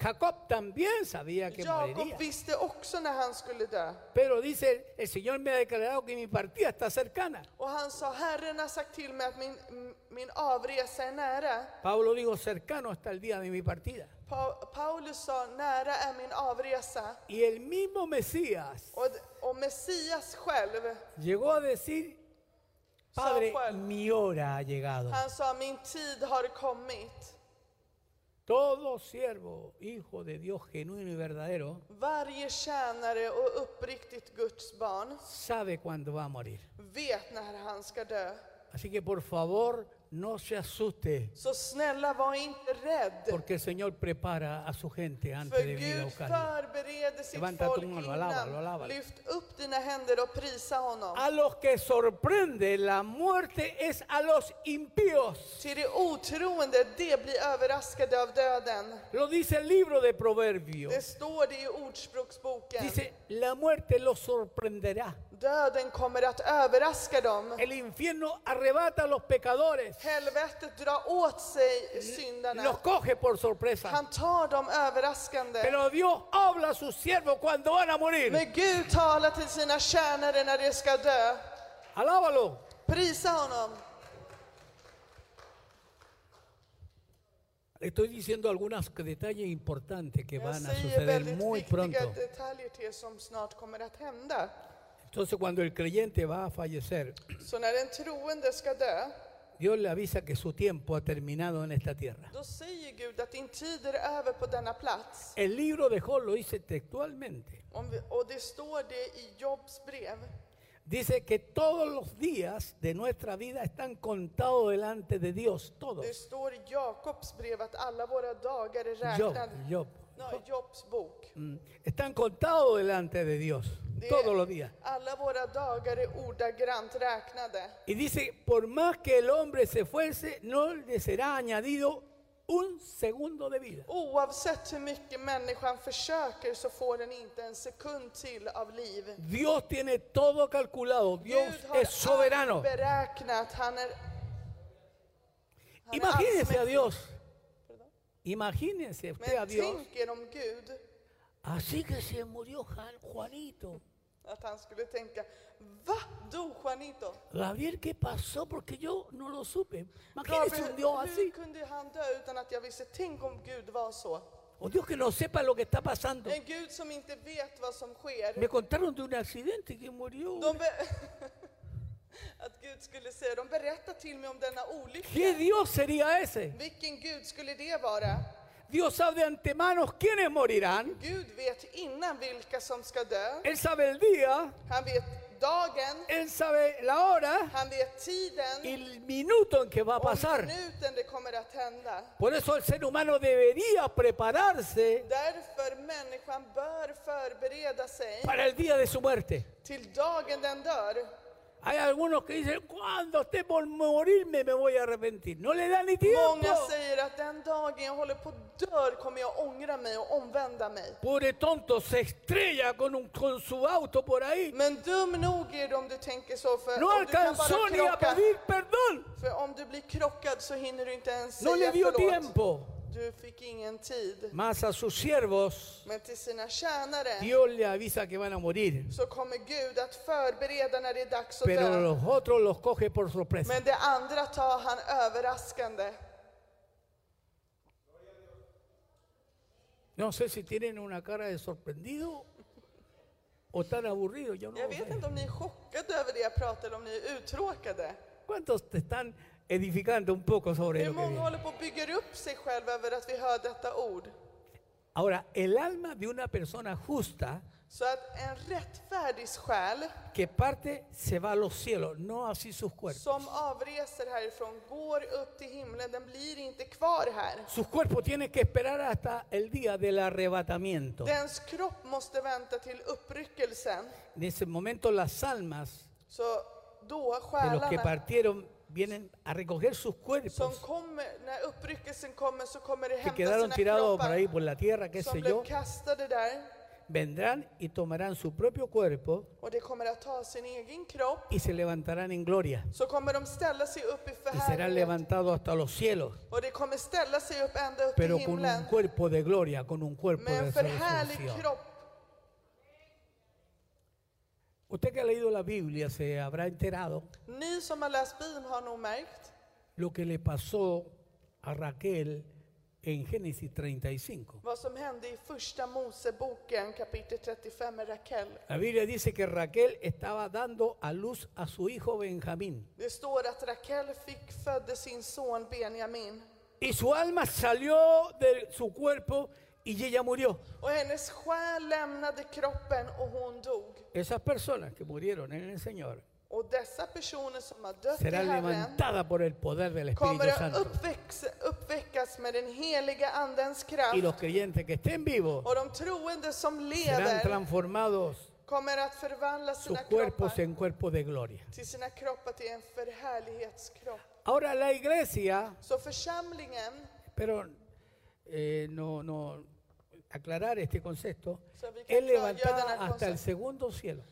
Jacob también sabía que moriría. Jakob visste också när han skulle dö. Pero dice, el Señor me ha declarado que mi partida está cercana. Och han sa, Herren har sagt till mig att min, m- min avresa är nära. Pablo dijo, cercano está el día de mi partida. Pa Paulus sa, nära är min avresa. Y el mismo Mesías Och, d- och Messias själv, llegó a decir, Padre, Samuel. mi hora ha llegado. han sa, min tid har kommit. Todo siervo, hijo de Dios genuino y verdadero, Varje tjänare och uppriktigt Guds barn sabe cuándo va a morir. vet när han ska dö. Así que por favor no se asuste, Så snälla var inte rädd. porque el Señor prepara a su gente För antes de venir a Gud buscarlo. förbereder sitt Levanta folk tu mano, alábalo, innan. alábalo. Lyft upp dina händer och prisa honom. A los que sorprende la muerte es a los impíos. Till det otroende, det blir överraskade av döden. Lo dice el libro de Proverbios. Det står det i Ordspråksboken. Dice, la muerte los sorprenderá. Döden kommer att överraska dem. El infierno arrebata a los pecadores, Helvetet drar åt sig syndarna. los coge por sorpresa. Han tar dem överraskande. Pero Dios habla a sus siervos cuando van a morir. Men Gud talar till sina tjänare när de ska dö. Alábalo. Prisa honom. Le estoy diciendo algunos detalles importantes que Jag van a säger suceder väldigt muy viktiga pronto. detaljer till er som snart kommer att hända. Entonces cuando el creyente va a fallecer, Så när den troende ska dö, Dios le avisa que su tiempo ha terminado en esta tierra. då säger Gud att din tid är över på denna plats. El libro de Job lo dice textualmente. Om vi, och det står det i Jobs brev. Dice que todos los días de nuestra vida están contados delante de Dios, Det todos. står i Jakobs brev att alla våra dagar är Job, räknade. Job. Nej, Jobs bok. Mm, Están contados delante de Dios, Det är- todos los días. Alla våra dagar är ordagrant räknade. Y dice, por más que el hombre se fuese, no le será añadido un segundo de vida. Oavsett hur mycket människan försöker så får den inte en sekund till av liv. Dios tiene todo calculado. Dios Gud har es soberano. allt beräknat. Han är... han är Imagínese a allsmäktig. Dios. Imagínese usted a Men Dios. tänk er om Gud, Así que se murió Jan- Juanito. att han skulle tänka, va? Dog Juanito? Gabriel, ¿qué pasó? Porque yo no lo supe. Imagínese un Dios Gabriel, hur así. kunde han dö utan att jag visste? Tänk om Gud var så. Un Dios que no sepa lo que está pasando. En Gud som inte vet vad som sker. Me contaron de un accidente que murió. De be- att Gud skulle säga, de berättar till mig om denna ¿Qué olycka. Dios sería ese? Vilken Gud skulle det vara? Dios sabe de antemano quiénes morirán. Gud vet innan vilka som ska dö. Él sabe el día, Han vet dagen, Él sabe la hora han vet tiden y el minuto en que va a och pasar. minuten det kommer att hända. Por eso el ser humano debería prepararse Därför människan bör förbereda sig para el día de su muerte. till dagen den dör. Hay algunos que dicen, cuando esté por morirme me voy a arrepentir. No le da ni tiempo. Många säger att den dagen jag håller på att dör kommer jag ångra mig och omvända mig. Pobre tonto, se estrella con, un- con su auto por ahí. Men dum nog är du om du tänker så, för, No om, du kan alcanzó bara ni a krocka, pedir perdón. för om du blir krockad så hinner du inte ens No le säga dio förlåt. tiempo. Du fick ingen tid. Mas a sus siervos, Men till sina tjänare Dios le avisa que van a morir. så kommer Gud att förbereda när det är dags att Pero dö. los otros los coge por sorpresa. Men det andra tar han överraskande. No sé si tienen una cara de sorprendido o tan aburrido. Yo no Jag lo vet sé. inte om ni är chockade över det jag pratar eller om ni är uttråkade. ¿Cuántos te están edificando un poco sobre Hur lo que många viene? håller på och bygger upp sig själva över att vi hör detta ord? Ahora, el alma de una persona justa Så att en rättfärdig själ que parte se va a los cielos, no así sus cuerpos. som avreser härifrån går upp till himlen, den blir inte kvar här. Sus cuerpos tienen que esperar hasta el día del arrebatamiento. Dens kropp måste vänta till uppryckelsen. En ese momento las almas Så då de los que själarna partieron vienen a recoger sus som cuerpos kommer, när uppryckelsen kommer så kommer det que hämta quedaron sina tirados por ahí kroppar por la tierra, qué som sé yo, blev kastade där vendrán y tomarán su propio cuerpo och det kommer att ta sin egen kropp y se levantarán en gloria så kommer de ställa sig upp i y serán förhärlighet levantados hasta los cielos, och det kommer ställa sig upp ända upp pero i con un himlen cuerpo de gloria, con un cuerpo med de en förhärlig resurrección. kropp. Usted que ha leído la Biblia se habrá enterado Ni som har läst Bibeln har nog märkt lo que le pasó a Raquel en Génesis 35. vad som hände i första Moseboken kapitel 35 med Rakel. La Biblia dice que Raquel estaba dando a luz a su hijo Benjamín Det står att Rakel fick födde sin son Benjamin y su alma salió de su cuerpo y ella murió. och hennes själ lämnade kroppen och hon dog. Esas personas que murieron en el Señor Och dessa personer som har dött i serán Herren levantadas por el poder del Espíritu kommer att Santo. uppväx, uppväckas med den heliga andens kraft Y los creyentes que estén vivos och de troende som serán lever transformados kommer att förvandla sus sina cuerpos kroppar en cuerpos de gloria. till sina kroppar till en förhärlighetskropp. Ahora la iglesia Så församlingen Pero eh, no, no aclarar este concepto Så vi kan es klargöra den här levantada hasta el concepten. segundo cielo.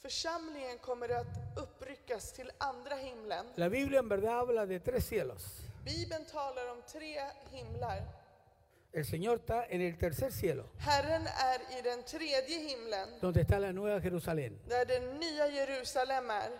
Församlingen kommer att uppryckas till andra himlen. La Biblia en verdad habla de tres cielos. Bibeln talar om tre himlar. El Señor está en el tercer cielo, Herren är i den tredje himlen, donde está la nueva Jerusalén. där det nya Jerusalem är.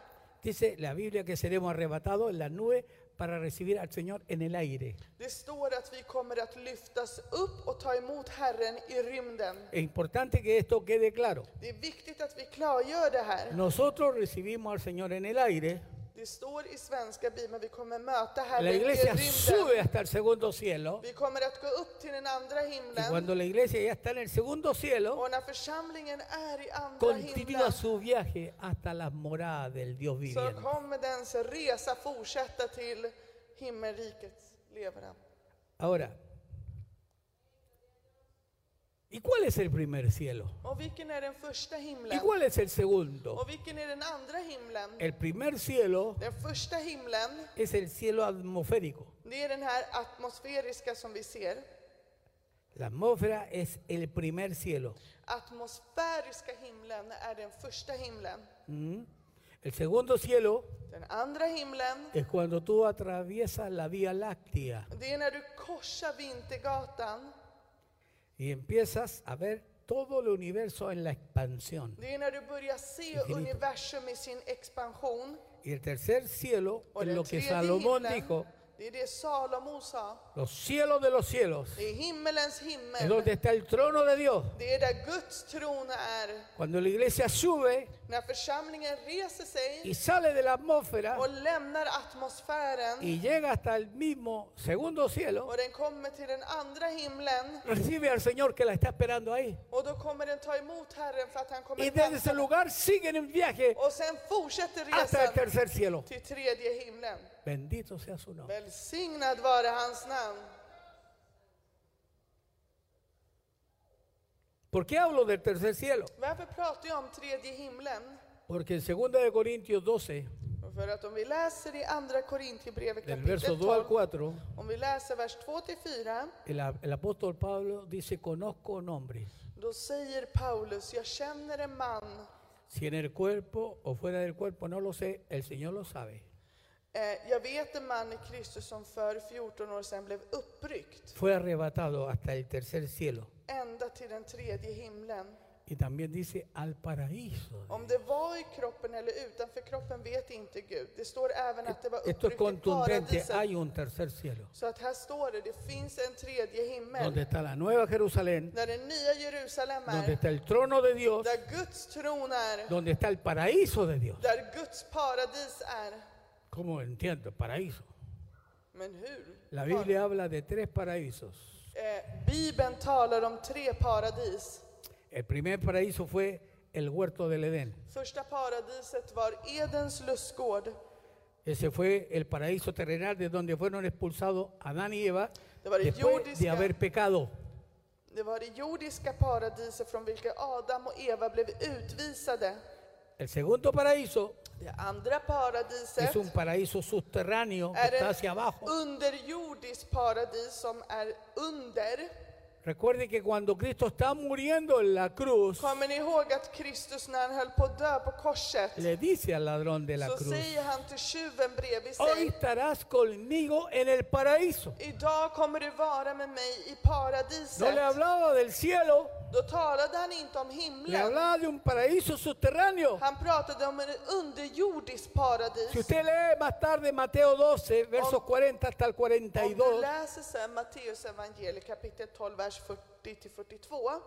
Dice la Biblia que seremos arrebatados en la nube para recibir al Señor en el aire. Det står att vi kommer att lyftas upp och ta emot Herren i rymden. Es importante que esto quede claro. Det är viktigt att vi klargör det här. Nosotros recibimos al Señor en el aire. Det står i svenska Bibeln, vi kommer möta La Herren i iglesia sube rymden. hasta el segundo cielo. Vi kommer att gå upp till den andra Y himlen. cuando la iglesia ya está en el segundo cielo, Och när församlingen är i andra continúa himlen su viaje hasta las moradas del Dios så viviente. kommer dens resa fortsätta till himmelrikets lever han. Ahora, ¿y cuál es el primer cielo? Och vilken är den första ¿Y himlen? cuál es el segundo? Och vilken är den andra himlen? El primer cielo Den första himlen, es el cielo atmosférico. det är den här atmosfäriska som vi ser. La atmósfera es el primer cielo. Atmosfäriska himlen är den första himlen. ¿Mm? El segundo cielo Den andra himlen, es cuando tú atraviesas la Vía Láctea det är när du korsar Vintergatan. y empiezas a ver todo el universo en la expansión. Det är när du börjar se Infinito. universum i sin expansion. Y el tercer cielo Och es den lo que tredje Salomón himlen, dijo, det är det Salomo sa. los cielos de los cielos. Det är es himmelens himmel. donde está el trono de Dios. Det är där Guds tron är. Cuando la iglesia sube När församlingen reser y sig sale de la atmósfera och lämnar atmosfären y llega hasta el mismo segundo cielo, och den kommer till den andra himlen recibe al Señor que la está esperando ahí. och då kommer den ta emot Herren för att han Y kommer desde ese hämta lugar siguen en viaje Och sen fortsätter hasta el resan tercer cielo. till tredje himlen. Bendito sea su nombre. Välsignad vare hans namn. ¿Por qué hablo del tercer cielo? Varför pratar jag om tredje himlen? Porque en 2 Corintios 12, Och För att om vi läser i Andra Korintierbrevet del verso kapitel 2 al 12, 4, om vi läser vers 2 till 4, el, a- el apóstol Pablo dice, conozco nombres, då säger Paulus, jag känner en man, si en el cuerpo o fuera del cuerpo, no lo sé, el Señor lo sabe. eh, jag vet en man i Kristus som för 14 år sedan blev uppryckt, Fue arrebatado hasta el tercer cielo. ända till den tredje himlen. Y también dice al paraíso. Om det var i kroppen eller utanför kroppen vet inte Gud. Det står även att det var Esto es uppryckt i contundente, paradiset. hay un tercer cielo, Så att här står det, det finns en tredje donde himmel, está la nueva Jerusalén, där den nya Jerusalem donde är, está el trono de Dios, där Guds tron är, donde está el paraíso de Dios. där Guds paradis är. ¿Cómo entiendo? Paraíso. Men hur? La Biblia habla de tres paraísos. Eh, Bibeln talar om tre paradis. El primer paraíso fue el huerto del Edén. Första paradiset var Edens lustgård. Ese fue el paraíso terrenal de donde fueron expulsados Adán y Eva Det var det después de jordiska. haber pecado. Det var det jordiska paradiset från vilket Adam och Eva blev utvisade. El segundo paraíso Det andra paradiset es un paraíso subterráneo que är está hacia ett abajo. underjordiskt paradis som är under. Recuerde que cuando Cristo está muriendo en la cruz, Kommer ni ihåg att Kristus när han höll på att dö på korset le dice al ladrón de la så cruz, säger han till tjuven bredvid hoy sig estarás conmigo en el paraíso. Idag kommer du vara med mig i No paradiset. le hablaba del cielo, Då talade han inte om le himlen. hablaba de un paraíso subterráneo. Han pratade om ett underjordiskt paradis. Si usted lee más tarde Mateo 12, versos 40 hasta el Om du 42, läser sen Matteus evangeliet kapitel 12, vers 40-42.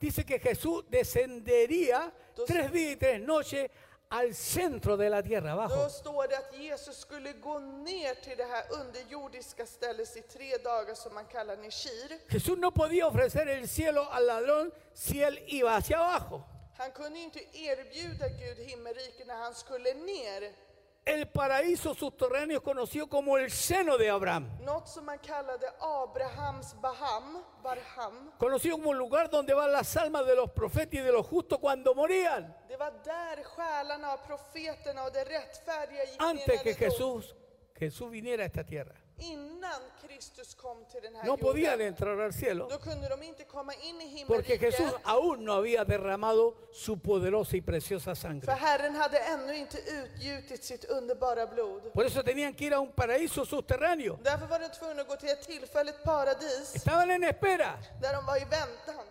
dice que Jesús descendería Entonces- tres días y tres noches al centro de la tierra, abajo. Då står det att Jesus skulle gå ner till det här underjordiska stället i tre dagar som man kallar Nishir. Jesús no podía ofrecer el cielo al ladrón si él iba hacia abajo. Han kunde inte erbjuda Gud himmelriket när han skulle ner. El paraíso subterráneo es conocido como el seno de Abraham, Något som man kallade Abrahams Baham, Barham. conocido como un lugar donde van las almas de los profetas y de los justos cuando morían, Det var där själarna av profeterna och de rättfärdiga gick antes que ner i dom. Jesús, Jesús viniera a esta tierra. Innan Kristus kom till den här No podían jorden, entrar al cielo då kunde de inte komma in i porque himmelriket. Jesús aún no había derramado su poderosa y preciosa För sangre. Herren hade ännu inte utgjutit sitt underbara blod. Por eso tenían que ir a un paraíso subterráneo. Därför var de tvungna att gå till ett tillfälligt paradis Estaban en espera. där de var i väntan.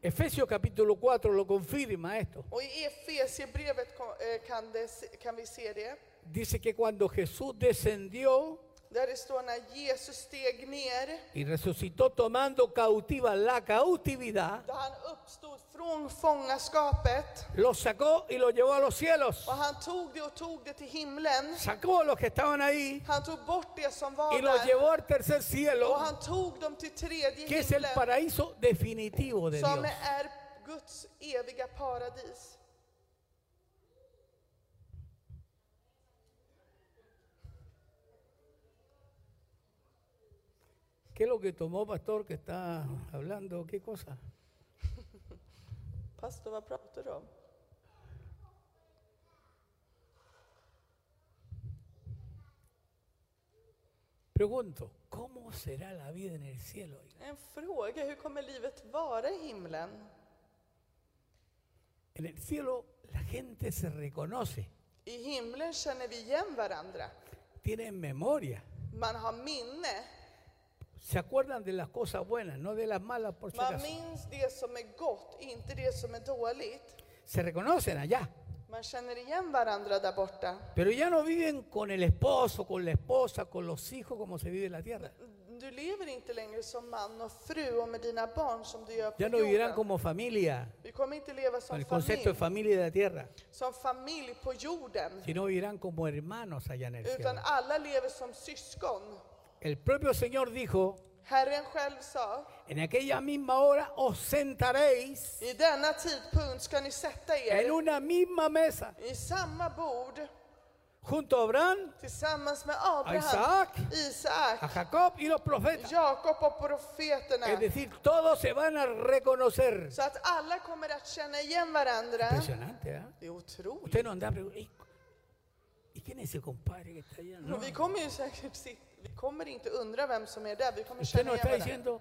Efesios capítulo 4 lo confirma esto. Och i Efesierbrevet ko- eh, kan, det se- kan vi se det. Dice que cuando Jesús descendió Där det står när Jesus steg ner, y resucitó tomando cautiva la cautividad, då han uppstod från fångaskapet. Los sacó y los llevó a los cielos. Och han tog det och tog det till himlen. Sacó a los que estaban ahí Han tog bort det som y var los där. llevó al tercer Och cielo, han tog dem till que tredje es el himlen, paraíso definitivo de Dios. som är Guds eviga paradis. ¿Qué es lo que tomó pastor que está hablando? ¿Qué cosa? Pastor, vad pratar du om? Pregunto, ¿cómo será la vida en el cielo? En fråga, hur kommer livet vara i himlen? En el cielo la gente se reconoce, I himlen känner vi igen varandra. tienen memoria, Man har minne. se acuerdan de las cosas buenas, no de las malas por si Man acaso. minns det som är gott, inte det som är dåligt. Se reconocen allá, Man känner igen varandra där borta. pero ya no viven con el esposo, con la esposa, con los hijos como se vive en la tierra. Du lever inte längre som man och fru och med dina barn som du gör på Ya no vivirán jorden. como familia, Vi kommer inte leva con som el concepto de familj, familia de la tierra, som familj på jorden, sino vivirán como hermanos allá en el cielo. utan alla lever som syskon. El propio Señor dijo, Herren själv sa, en aquella misma hora os sentaréis i denna tidpunkt ska ni sätta en er una misma mesa i samma bord junto a Abraham, tillsammans med a Abraham, Isaac, Isak, a Jacob y los profetas. Jakob och profeterna. Es decir, todos se van a reconocer. Så att alla kommer att känna igen varandra. Impresionante, ¿ah? Det är otroligt. Usted no anda preguntando, "Ey, ¿y quién es ese compadre que está allá? No, Och vi kommer ju säkert se- vi kommer inte undra vem som är där. Vi kommer usted känna no está igen varandra. diciendo,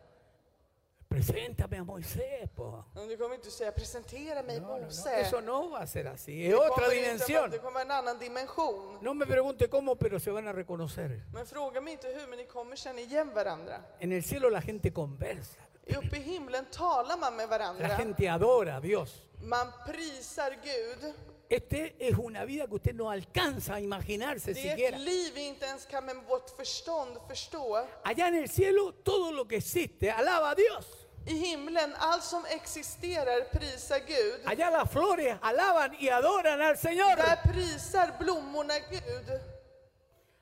preséntame a Moisés, po. Men Du kommer inte säga presentera mig No, no, no, Mose. eso no va a ser así, Det es otra kommer inte vara- dimensión. Det kommer vara en annan dimension. No me pregunte cómo, pero se van a reconocer. Men fråga mig inte hur, men ni kommer känna igen varandra. En el cielo la gente conversa, Uppe i himlen talar man med la varandra. gente adora a Dios. Man prisar Gud. Este es una vida que usted no alcanza a imaginarse Det är siquiera. ett liv vi inte ens kan med vårt förstånd förstå. Allá en el cielo todo lo que existe alaba a Dios. I himlen, allt som existerar prisar Gud. Allá las flores alaban y adoran al Señor. Där prisar blommorna Gud.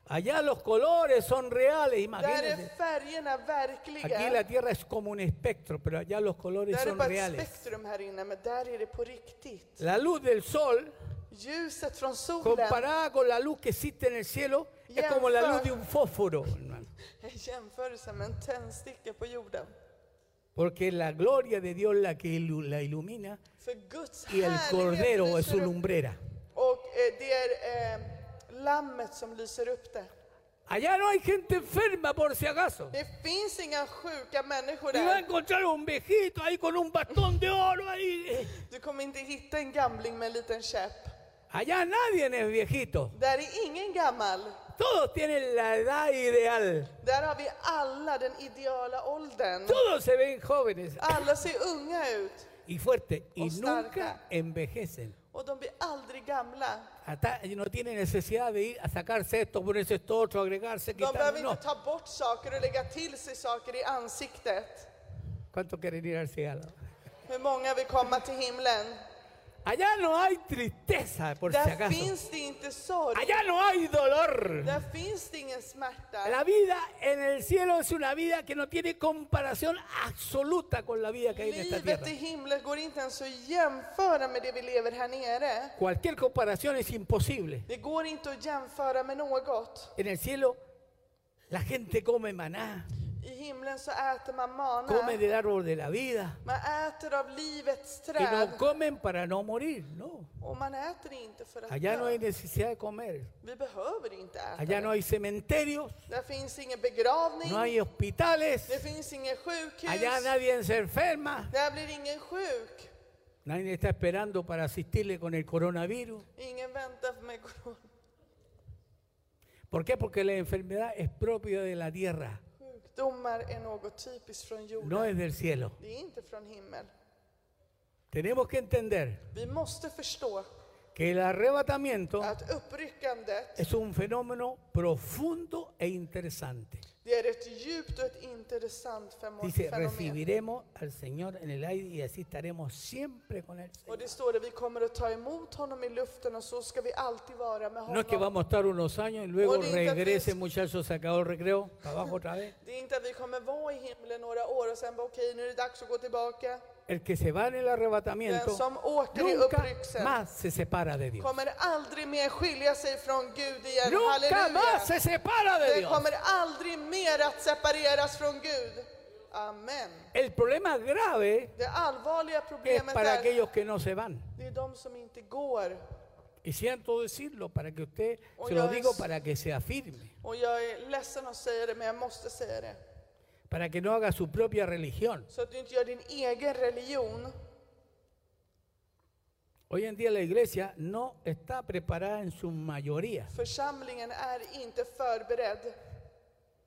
Allá los colores son reales, Där är imagínense. färgerna Aquí verkliga. la tierra es como un espectro, pero allá los colores Där är son bara ett reales. spektrum här inne, men där är det på riktigt. La luz del sol Ljuset från solen comparada con la luz que existe en el cielo es Ya, como la sir. luz de un fósforo, hermano. är i jämförelse med en tändsticka på jorden. Porque la gloria de Dios la que ilu- la ilumina För Guds y el cordero es lyser su upp. lumbrera. Och eh, det är eh, lammet som lyser upp det. Allá no hay gente enferma por si acaso. Det finns inga sjuka människor Y va a där. encontrar un viejito ahí con un bastón de oro ahí. Du kommer inte hitta en gamling med en liten käpp. Allá nadie es viejito. Där är ingen gammal. Todos tienen la edad ideal. Där har vi alla den ideala åldern. Todos se ven jóvenes Alla ser unga ut y fuertes y nunca Ostarca. envejecen. och de blir aldrig gamla. Hasta- no tiene necesidad de ir a sacarse esto, ponerse esto otro, agregarse, De behöver quitarse. No. inte ta bort saker och lägga till sig saker i ansiktet. ¿Cuánto quieren ir al cielo? Hur många vill komma till himlen? Allá no hay tristeza, por si Där acaso. finns det inte sorg. Allá no hay dolor. Där finns det ingen smärta. La vida en el cielo es una vida que no tiene comparación absoluta con la vida que hay en esta Livet tierra. i himlen går inte ens att jämföra med det vi lever här nere. Cualquier comparación es imposible. Det går inte att jämföra med något. En el cielo la gente come maná, I himlen så äter man mana. come del árbol de la vida Man äter av livets y no träd. comen para no morir, no. Och man äter inte för att Allá no dö. hay necesidad de comer, Vi behöver inte äta. allá no hay cementerios, Där finns ingen begravning. no hay hospitales, Det finns ingen sjukhus. allá nadie se enferma, Där blir ingen sjuk. nadie está esperando para asistirle con el coronavirus. Ingen väntar med corona. ¿Por qué? Porque la enfermedad es propia de la tierra, Sjukdomar är något typiskt från jorden. no es del cielo. Det är inte från himmel. Tenemos que entender Vi måste förstå que el arrebatamiento att uppryckandet, es un fenómeno profundo e interesante. det är ett djupt och ett intressant femo- Dice, fenomen. recibiremos al Señor en el aire y así estaremos siempre con Él. Och det står att vi kommer att ta emot honom i luften och så ska vi alltid vara med No es que honom. vamos a estar unos años y luego Ahorita que regrese, es- muchachos, se acabó el recreo, para abajo otra vez. Det är inte att vi kommer vara i himlen några år och sen bara okej, nu är det dags att gå tillbaka. El que se va en el arrebatamiento Den som åker i nunca upprycksen más se separa de Dios. kommer aldrig mer skilja sig från Gud igen. Nunca Halleluja! más se separa de Den Dios. kommer aldrig mer att separeras från Gud. Amen. El problema grave Det allvarliga es problemet para är, aquellos que no se van. det är de som inte går. Y siento decirlo para que usted, se Oiga, lo digo es- para que se afirme, Och jag är ledsen att säga det, men jag måste säga det. para que no haga su propia religión. Så att du inte gör din egen religion. Hoy en día la iglesia no está preparada en su mayoría. Församlingen är inte förberedd.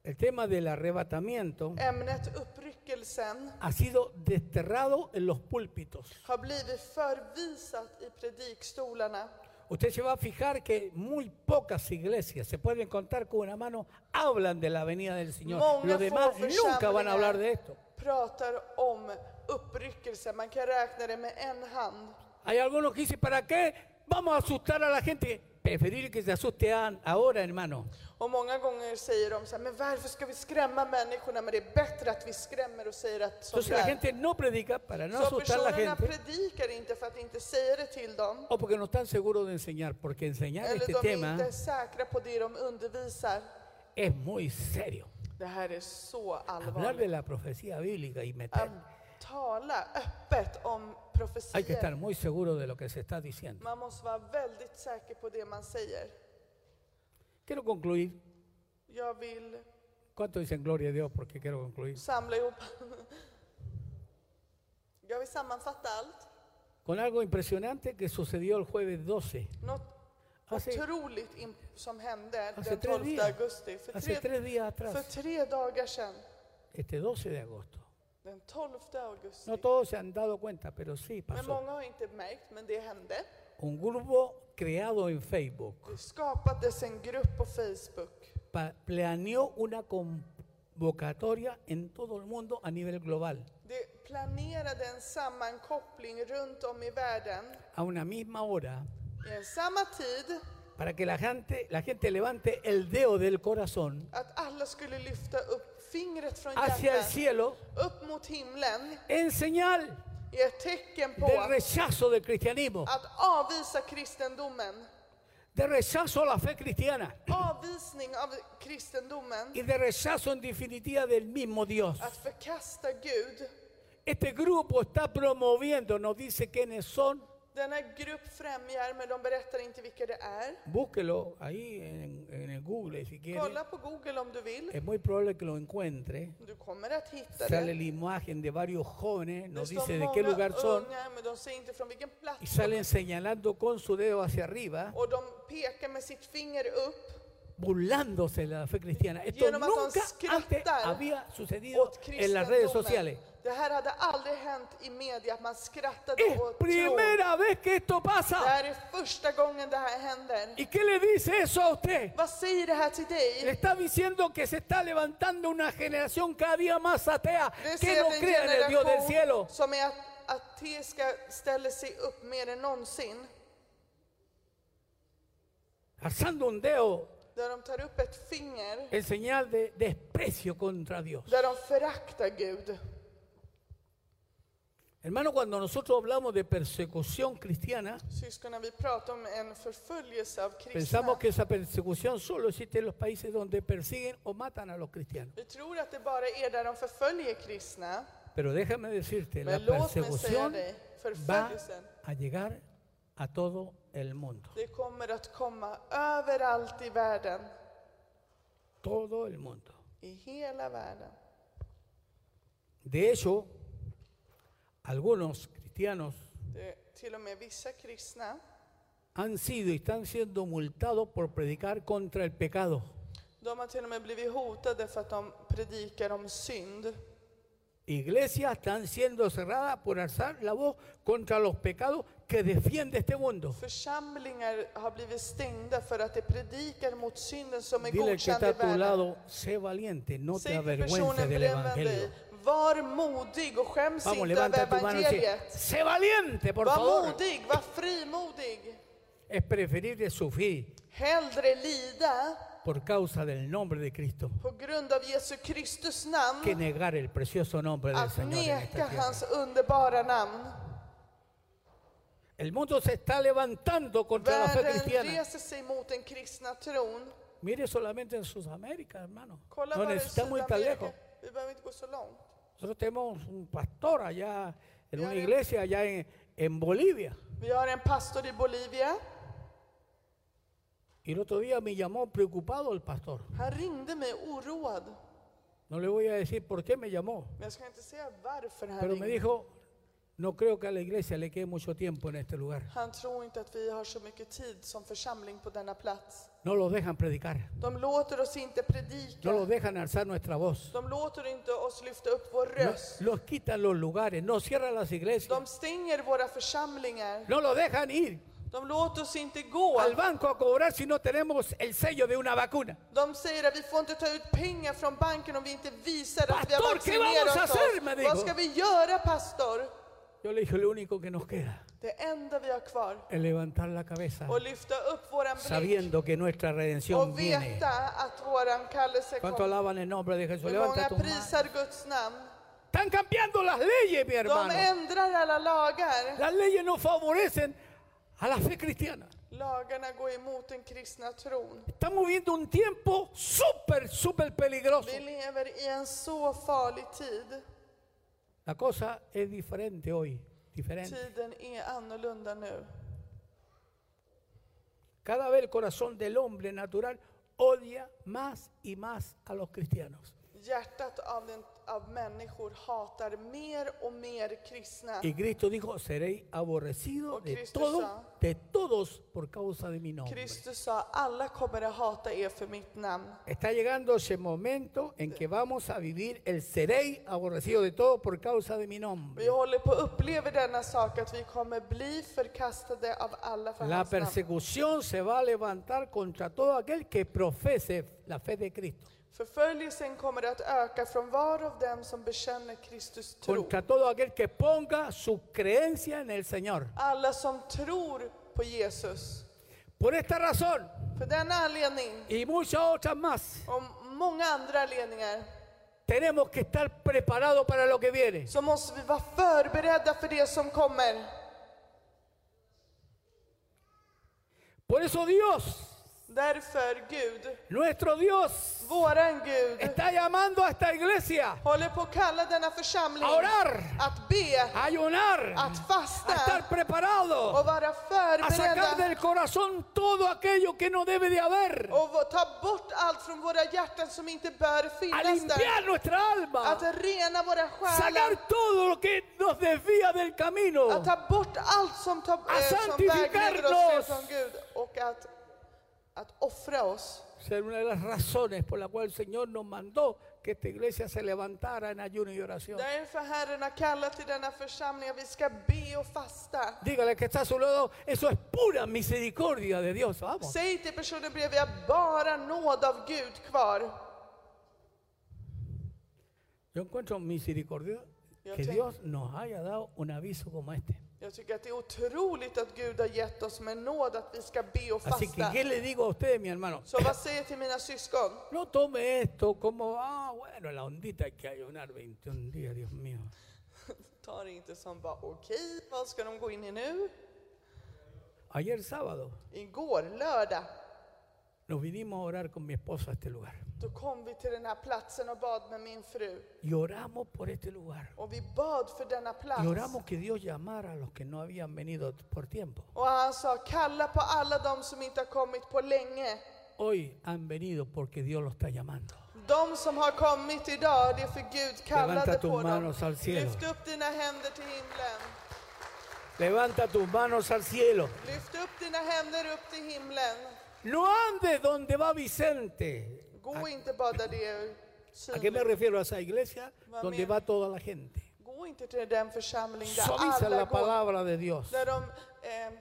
El tema del arrebatamiento Ämnet uppryckelsen ha sido desterrado en los púlpitos. har blivit förvisat i predikstolarna. Usted se va a fijar que muy pocas iglesias, se pueden contar con una mano, hablan de la venida del Señor. Många Los demás få nunca van a hablar de församlingar esto. pratar om uppryckelse. Man kan räkna det med en hand. Hay algunos que dicen, ¿para qué Vamos a asustar a la gente. Preferir que se asuste a- ahora, hermano. Och många gånger säger de så här, men varför ska vi skrämma människorna? Men det är bättre att vi skrämmer och säger att som Entonces det la är. gente no predica para no Så asustar a la personerna gente predikar inte för att inte säga det till dem. o porque no están seguros de enseñar, porque enseñar Eller este de är tema inte säkra på det de undervisar. es muy serio. Det här är så Hablar de allvarligt. la profecía bíblica y meter, Att tala öppet om hay que estar profetier. muy seguro de lo que se está diciendo. Man måste vara väldigt säker på det man säger. Quiero concluir. Jag vill ¿Cuánto dicen gloria a Dios? Porque quiero concluir. samla ihop. Jag vill sammanfatta allt. Con algo impresionante que sucedió el jueves 12. Något Hace, otroligt im- som hände Hace den tres 12 días. augusti. För hace tre, tres días för atrás, tre dagar sedan, este 12 de agosto. den 12 augusti. No todos se han dado cuenta, pero sí Men pasó. många har inte märkt, men det hände. Un grupo creado en Facebook Det skapades en grupp på Facebook pa- planeó una convocatoria en todo el mundo a nivel global, Det planerade en sammankoppling runt om i världen a una misma hora, i en samma tid para que la gente, la gente levante el dedo del corazón att alla skulle lyfta upp fingret från hacia el hjärtat cielo upp mot himlen en señal i ett tecken del på rechazo del cristianismo, att avvisa kristendomen, de rechazo a la fe cristiana. avvisning av kristendomen, y de rechazo en definitiva del mismo Dios. att förkasta Gud. Este grupo está promoviendo, nos dice quiénes son, Denna grupp främjar, men de berättar inte vilka det är. búsquelo ahí en, en el Google si quiere. Kolla på Google om du vill. Es muy probable que lo encuentre. Du kommer att hitta Sale det. la imagen de varios jóvenes, Det nos står dice de qué lugar son unga, men de säger inte från vilken plats y salen señalando con su dedo hacia arriba, Och de pekar med sitt finger upp burlándose de la fe cristiana. Esto Genom att de nunca antes skrattar había sucedido åt en las redes kristendomen. sociales. Det här hade aldrig hänt i media, att man skrattade Es åt tron. Det primera vez que esto pasa. här är första gången det här händer. ¿Y qué le dice eso a usted? Vad säger det här till Le dig? está diciendo que se está levantando una generación cada día más atea Det que säger no att en cree en el Dios del cielo. generation som är att- ateiska ställer sig upp mer än någonsin. Alzando un dedo Där de tar upp ett finger, en señal de desprecio contra Dios. där de föraktar Gud. Hermano, cuando nosotros hablamos de persecución cristiana, Syskon, vi pratar om en förföljelse av kristna. pensamos que esa persecución solo existe en los países donde persiguen o matan a los cristianos. Vi tror att det bara är där de förföljer kristna. Pero déjame decirte, la Men låt mig säga persecución dig, va förföljelsen, a llegar a todo el mundo. det kommer att komma överallt i världen, Todo el mundo. i hela världen. De hecho, algunos cristianos Det är till och med vissa kristna, han sido y están siendo multados por predicar contra el pecado. de har till och med blivit hotade för att de predikar om synd. Iglesias están siendo cerradas por alzar la voz contra los pecados que defiende este mundo. Församlingar har blivit stängda för att de predikar mot synden som är Dile al que godkänd i está a tu världen. lado, sé valiente, no te Säg till avergüences personen del bredvid evangelio. dig, var modig och Vamos, skäms inte över levanta tu mano y dice, evangeliet. sé valiente, por Var favor. modig, var frimodig. Es preferible sufrir Hellre lida por causa del nombre de Cristo på grund av Jesu Kristus que namn negar el precioso nombre del att Señor en neka esta tierra. hans underbara namn. El mundo se está levantando contra la fe Världen cristiana. reser sig mot den kristna tron. Mire solamente en Sudamérica, hermano. Kolla no bara i necesitamos ir tan Sydamerika. lejos. Vi behöver inte gå så långt. Nosotros tenemos un pastor allá en Y una ahora- iglesia allá en, en Bolivia. Vi har en pastor i Bolivia. Y el otro día me llamó preocupado el pastor. Han ringde mig oroad. No le voy a decir por qué me llamó, Men jag ska inte säga varför han pero me ringde. dijo, no creo que a la iglesia le quede mucho tiempo en este lugar. Han tror inte att vi har så mycket tid som församling på denna plats. No los dejan predicar, De låter oss inte predika. no los dejan alzar nuestra voz. De låter inte oss lyfta upp vår No- röst. los quitan los lugares, no cierran las iglesias, De stänger våra församlingar. no los dejan ir De låter oss inte gå. al banco a cobrar si no tenemos el sello de una vacuna. De säger att vi får inte ta ut pengar från banken om vi inte visar att vi har Pastor, ¿qué vamos a vaccinerat hacer? me oss. dijo. Vad ska vi göra pastor? Yo le dije, lo único que nos queda Det enda vi har kvar es levantar la cabeza och lyfta upp våran blick sabiendo que nuestra redención och viene. veta att våran kallelse ¿Cuánto kommer. alaban el nombre de Jesús? Hur Levanta många tu mano. prisar Guds namn? Están cambiando las leyes, mi De hermano. ändrar alla lagar. Las leyes no favorecen a la fe cristiana. Lagarna går emot den kristna tron. Estamos viviendo un tiempo súper, súper peligroso. Vi lever i en så farlig tid. La cosa es diferente hoy, diferente. Tiden är annorlunda nu. Cada vez el corazón del hombre natural odia más y más a los cristianos. Hjärtat av, den, av människor hatar mer och mer kristna. Y Cristo dijo, seréis aborrecidos Och de Kristus todos, sa- de todos por causa de mi nombre. Kristus sa, alla kommer att hata er för mitt namn. Está llegando ese momento en que vamos a vivir el seréis aborrecido de todos por causa de mi Vi nombre. håller på att uppleva denna sak att vi kommer bli förkastade av alla för La hans namn. persecución se va a levantar contra todo aquel que profese la fe de Cristo, Förföljelsen kommer att öka från var av dem som bekänner Kristus tro. contra todo aquel que ponga su creencia en el Señor. Alla som tror på Jesus. Por esta razón För denna anledning y muchas otras más, och många andra anledningar tenemos que estar preparados para lo que viene. så måste vi vara förberedda för det som kommer. Por eso Dios, Därför Gud, nuestro Dios, våran Gud, está llamando a esta iglesia håller på att kalla denna församling a orar, att be, a ayunar, att a fasta estar preparado, och vara a sacar förberedda del corazón todo aquello que no debe de haber, och v- ta bort allt från våra hjärtan som inte bör a finnas där. limpiar nuestra alma, Att rena våra själar. sacar todo lo que nos desvía del camino, Att ta bort allt som, tar, Att eh, som vägleder santificarnos. oss från Gud och att, att offra oss. ser una de las razones por la cual el Señor nos mandó que esta iglesia se levantara en ayuno y oración. Därför Herren har kallat till denna församling att vi ska be och fasta. Dígale que está a su lado, eso es pura misericordia de Dios, vamos. Säg till personen bredvid, jag har bara nåd av Gud kvar. Yo encuentro misericordia Yo que te- Dios nos haya dado un aviso como este. Jag tycker att det är otroligt att Gud har gett oss med nåd att vi ska be och Así que, fasta. ¿qué le digo a ustedes, mi hermano? Så vad säger jag till mina syskon? No tome esto como, ah, bueno, la ondita hay que ayunar 21 días, Dios mío. Ta det inte som bara okej, vad ska de gå in i nu? Ayer sábado Igår, lördag, nos vinimos a orar con mi esposa a este lugar då kom vi till den här platsen och bad med min fru. y oramos por este lugar. Och vi bad för denna plats. Y oramos que Dios llamara a los que no habían venido por tiempo. Och han sa, kalla på alla de som inte har kommit på länge. Hoy han venido porque Dios los está llamando. De som har kommit idag, det är för Gud kallade Levanta tus på dem. manos al cielo. Lyft upp dina händer till himlen. Levanta tus manos al cielo. Lyft upp dina händer upp till himlen. No andes donde va Vicente. Gå inte bara där det är ¿A qué me synligt. refiero? A esa iglesia Va donde bien. va toda la gente. Gå inte till den församling där Suavizan alla la går. palabra de Dios. Där de eh,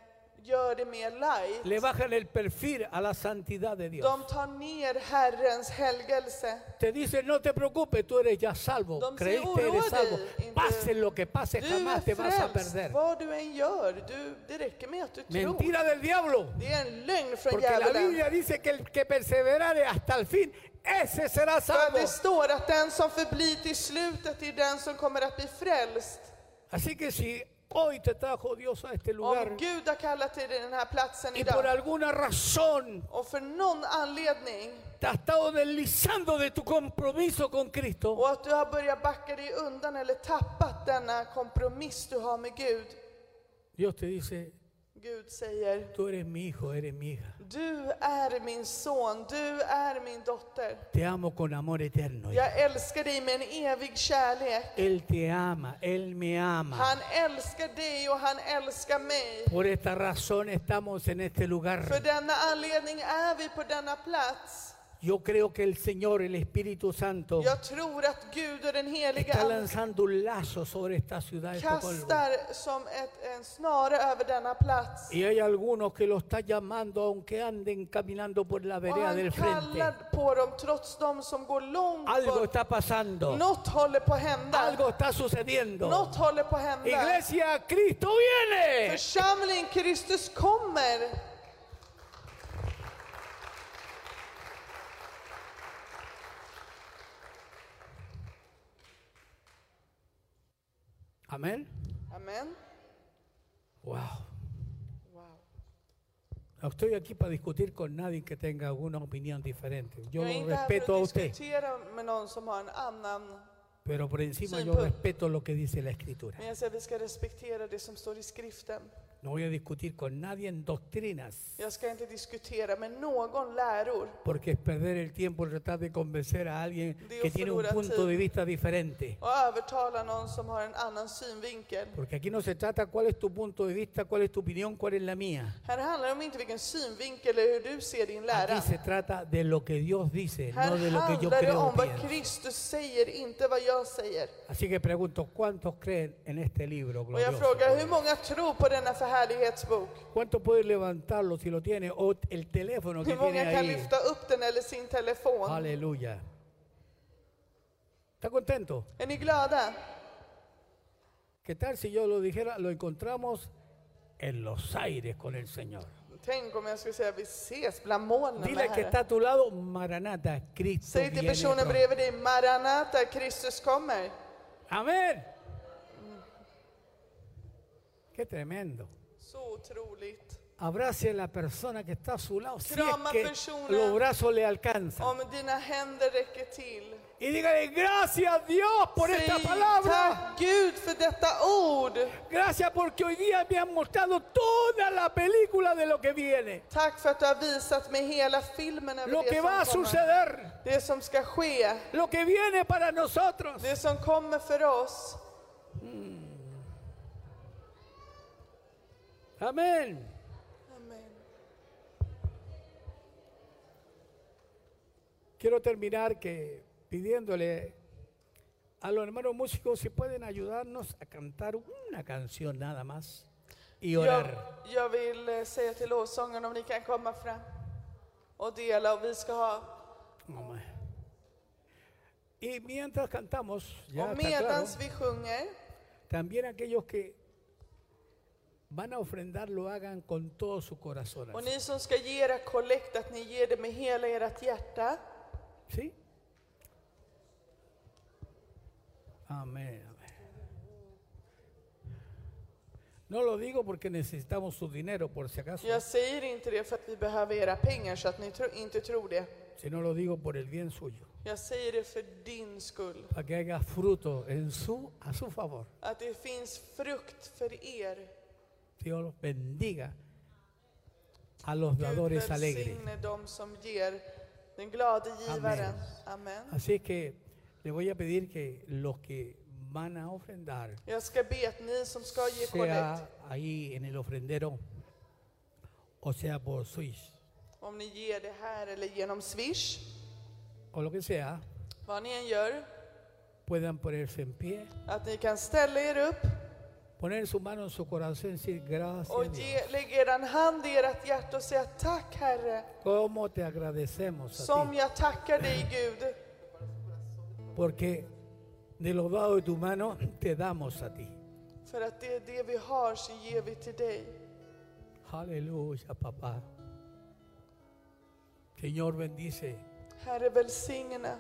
gör det mer light. Le bajan el perfil a la santidad de Dios. De tar ner Herrens helgelse. Te dicen, no te preocupes, tú eres ya salvo. Don Creíste, seguro eres salvo. eres. Pase lo que pase, Du är jamás te vas a frälst, perder. vad du än gör. Du, det räcker med att du tror. Mentira del diablo. Det är en lögn från Porque la djävulen. Biblia dice que el que perseverare hasta el fin, ese será För salvo. det står att den som förblir till slutet är den som kommer att bli frälst. Así que si hoy te trajo Dios a este lugar Om Gud har kallat dig till den här platsen y por idag alguna razón och för någon anledning te has estado deslizando de tu compromiso con Cristo, och att du har börjat backa dig undan eller tappat denna kompromiss du har med Gud. Dios te dice, Gud säger, tú eres mi hijo, eres mi hija. du är min son, du är min dotter. Te amo con amor eterno. Jag älskar dig med en evig kärlek. Él te ama, Él me ama. Han älskar dig och han älskar mig. Por esta razón estamos en este För lugar. denna anledning är vi på denna plats. Yo creo que el Señor, el Espíritu Santo, Jag tror att Gud och den heliga está Ande lanzando un lazo sobre esta ciudad de Estocolmo. kastar som ett, en snare över denna plats. Y hay algunos que lo está llamando aunque anden caminando por la Och vereda han del frente. kallar på dem trots de som går långt Algo bort. está pasando. Något håller på att hända. Algo está sucediendo. Något håller på att hända. Iglesia, Cristo viene. Församling, Kristus kommer. Amén. Amen. Wow. Wow. No estoy aquí para discutir con nadie que tenga alguna opinión diferente. Yo Jag är inte här respeto för a att usted, diskutera med någon som har en annan. pero por encima yo Simple. respeto lo que dice la Escritura. Men jag säger att vi ska respektera det som står i skriften. No voy a discutir con nadie en doctrinas, Jag ska inte diskutera med någon läror. porque es perder el tiempo el tratar de convencer a alguien Dios que tiene un figura, punto sí. de vista diferente. och övertala någon som har en annan synvinkel. Porque aquí no se trata cuál es tu punto de vista, cuál es tu opinión, cuál es la mía. Här handlar det om inte vilken synvinkel eller hur du ser din Aquí lära. se trata de lo que Dios dice, Här no de lo que yo handlar det creo. om o vad pienso. Kristus säger, inte vad jag säger. Así que pregunto, ¿cuántos creen en este libro Och jag glorioso? frågar, hur många tror på denna förhärlighetsbok? ¿Cuánto puede levantarlo si lo tiene? O el teléfono que Hur tiene många kan ahí. lyfta upp den eller sin telefon? Aleluya. ¿Está contento? Är ni glada? ¿Qué tal si yo lo dijera? Lo encontramos en los aires con el Señor. Tänk om jag skulle säga, vi ses bland molnen, Dile al que Herre. está a tu lado, Maranata, Cristo. Säg till viene personen pronto. bredvid dig, Maranata, Kristus kommer. Amén. Qué tremendo. Så otroligt. Abrace a la persona que está a su lado si es Krama que personen. los brazos le alcanzan. Om dina händer räcker till. Y dígale gracias Dios por Säg esta palabra. tack Gud för detta ord. Gracias porque hoy día me han mostrado toda la película de lo que viene, Tack för att du har visat mig hela filmen över lo det que va a som kommer. suceder, Det som ska ske. lo que viene para nosotros. Det som kommer för oss. Amén. Amen. Quiero terminar que pidiéndole a los hermanos músicos si pueden ayudarnos a cantar una canción nada más y Jag, orar. jag vill eh, säga till lovsången om ni kan komma fram och dela och vi ska ha. Amén. Y mientras cantamos, ya och está claro, medans vi sjunger también aquellos que van a ofrendar lo hagan con todo su corazón. och ni som ska ge era kollekt att ni ger det med hela ert hjärta. ¿Sí? Amén, amén. No lo digo porque necesitamos su dinero, por si acaso, Jag säger inte det för att vi behöver era pengar så att ni tro, inte tror det. sino lo digo por el bien suyo, Jag säger det för din skull. para que haga fruto en su, a su favor. att det finns frukt för er. Dios los bendiga a los Gud dadores alegres. välsigne dem som ger den glade givaren. Amen. Así es que le voy a pedir que los que van a ofrendar, Jag ska be att ni som ska ge kollekt, sea ahí en el ofrendero o sea por Swiss om ni ger det här eller genom Swish, o lo que sea, vad ni än gör, puedan ponerse en pie, att ni kan ställa er upp poner su mano en su corazón y decir och gracias. Dios. ge, lägga er hand i ert hjärta och säga tack Herre, ¿Cómo te agradecemos a som ti? jag tackar dig Gud, Porque de los dados de tu mano te damos a ti. för att det är det vi har så ger vi till dig. Aleluya, papá. Señor bendice Herre välsigna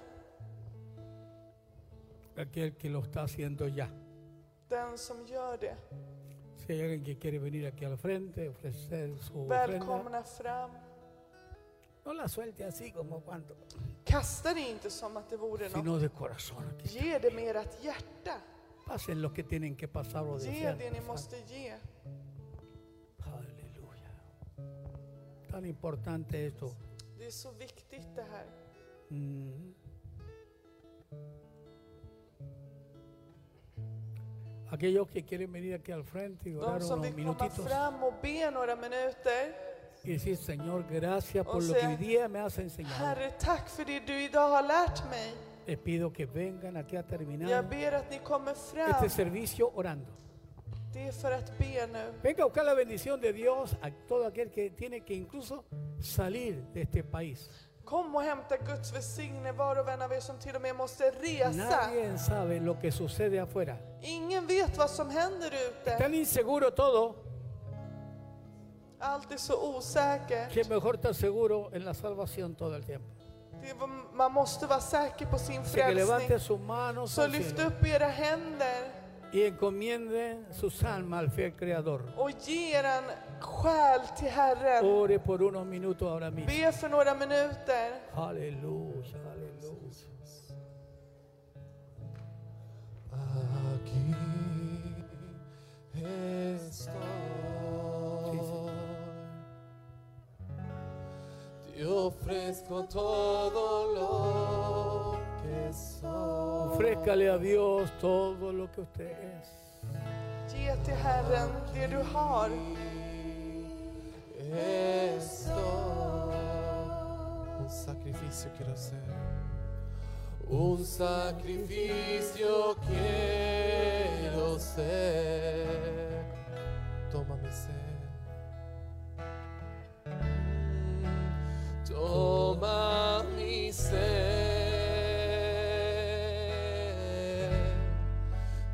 a aquel que lo está haciendo ya. den som gör det. Si hay alguien que quiere venir aquí al frente, ofrecer su ofrenda, Välkomna fram. no la suelte así como cuando, Kasta det inte som att det vore något. sino de corazón. Aquí. Ge det med ert hjärta. Pasen los que tienen que pasar o Ge desean det ni pasar. måste ge. Aleluya. Tan importante esto. Det är så viktigt det här. Mm. Aquellos que quieren venir aquí al frente y orar De som unos vill komma minutitos fram och be några minuter y y decir, Señor, gracias por O lo que sea, hoy día me has enseñado. Herre, tack för det du idag har lärt mig. Te pido que vengan aquí a terminar Jag ber att ni kommer este fram. servicio orando. Det är för att be nu. Venga a buscar la bendición de Dios a todo aquel que tiene que incluso salir de este país. Kom och hämta Guds välsignelse var och en av er som till och med måste resa. Nadie sabe lo que sucede afuera. Ingen vet vad som händer ute. Tan inseguro todo Allt är så osäkert. que mejor estar seguro en la salvación todo el tiempo. Det var, man måste vara säker på sin Así que levante frälsning. sus manos Så al lyft cielo upp era händer y encomiende sus almas al fiel Creador. och ge er själ till Herren. Ore por unos minutos ahora mismo. Be för några minuter. Aleluya, aleluya. Aquí estoy. Te ofrezco todo lo que soy. Ofrézcale a Dios todo lo que usted es. Ge till Herren det du har. Estoy. Un sacrificio quiero Um ser. Um Un sacrificio quiero ser. Toma mi ser. Toma mi ser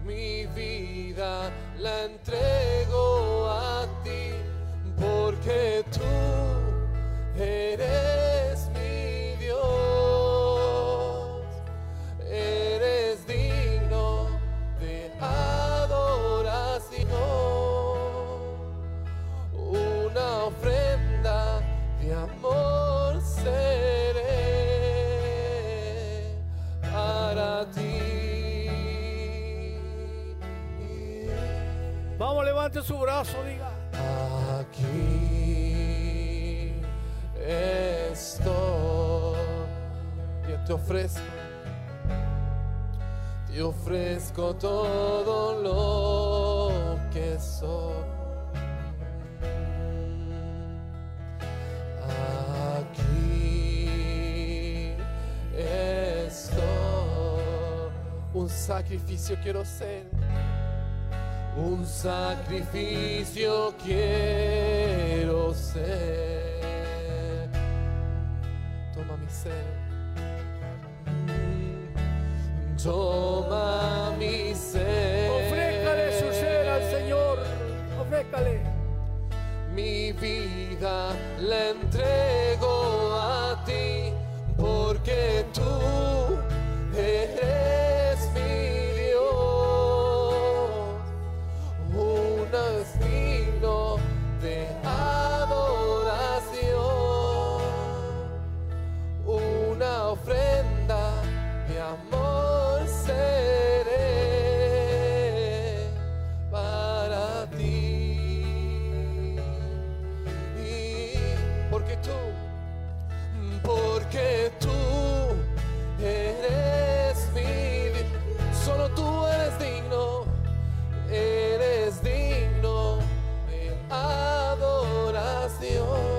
mi vida la entrego a ti, porque tú eres mi Dios, eres digno de adoración una ofrenda de amor seré para ti. Vamos, levante su brazo, diga. Aquí estoy, yo te ofrezco, te ofrezco todo lo que soy. Aquí estoy, un sacrificio quiero ser un sacrificio quiero ser. Toma mi ser. Toma mi ser. Ofrézcale su ser al Señor. Ofrézcale. Mi vida la entrego a ti, porque tú eres mi Dios, un destino de adoración una ofrenda de amor seré para ti. Y porque tú, porque tú eres mi, di- solo tú eres digno, eres digno de adoración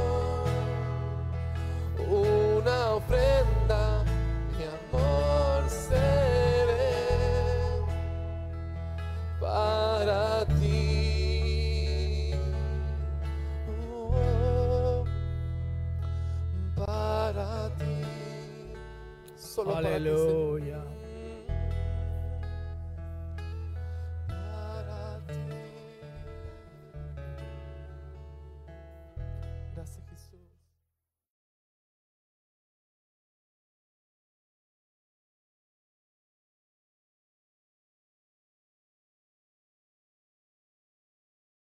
una ofrenda mi amor seré para ti Oh, para ti solo para ti, Señor. Aleluya.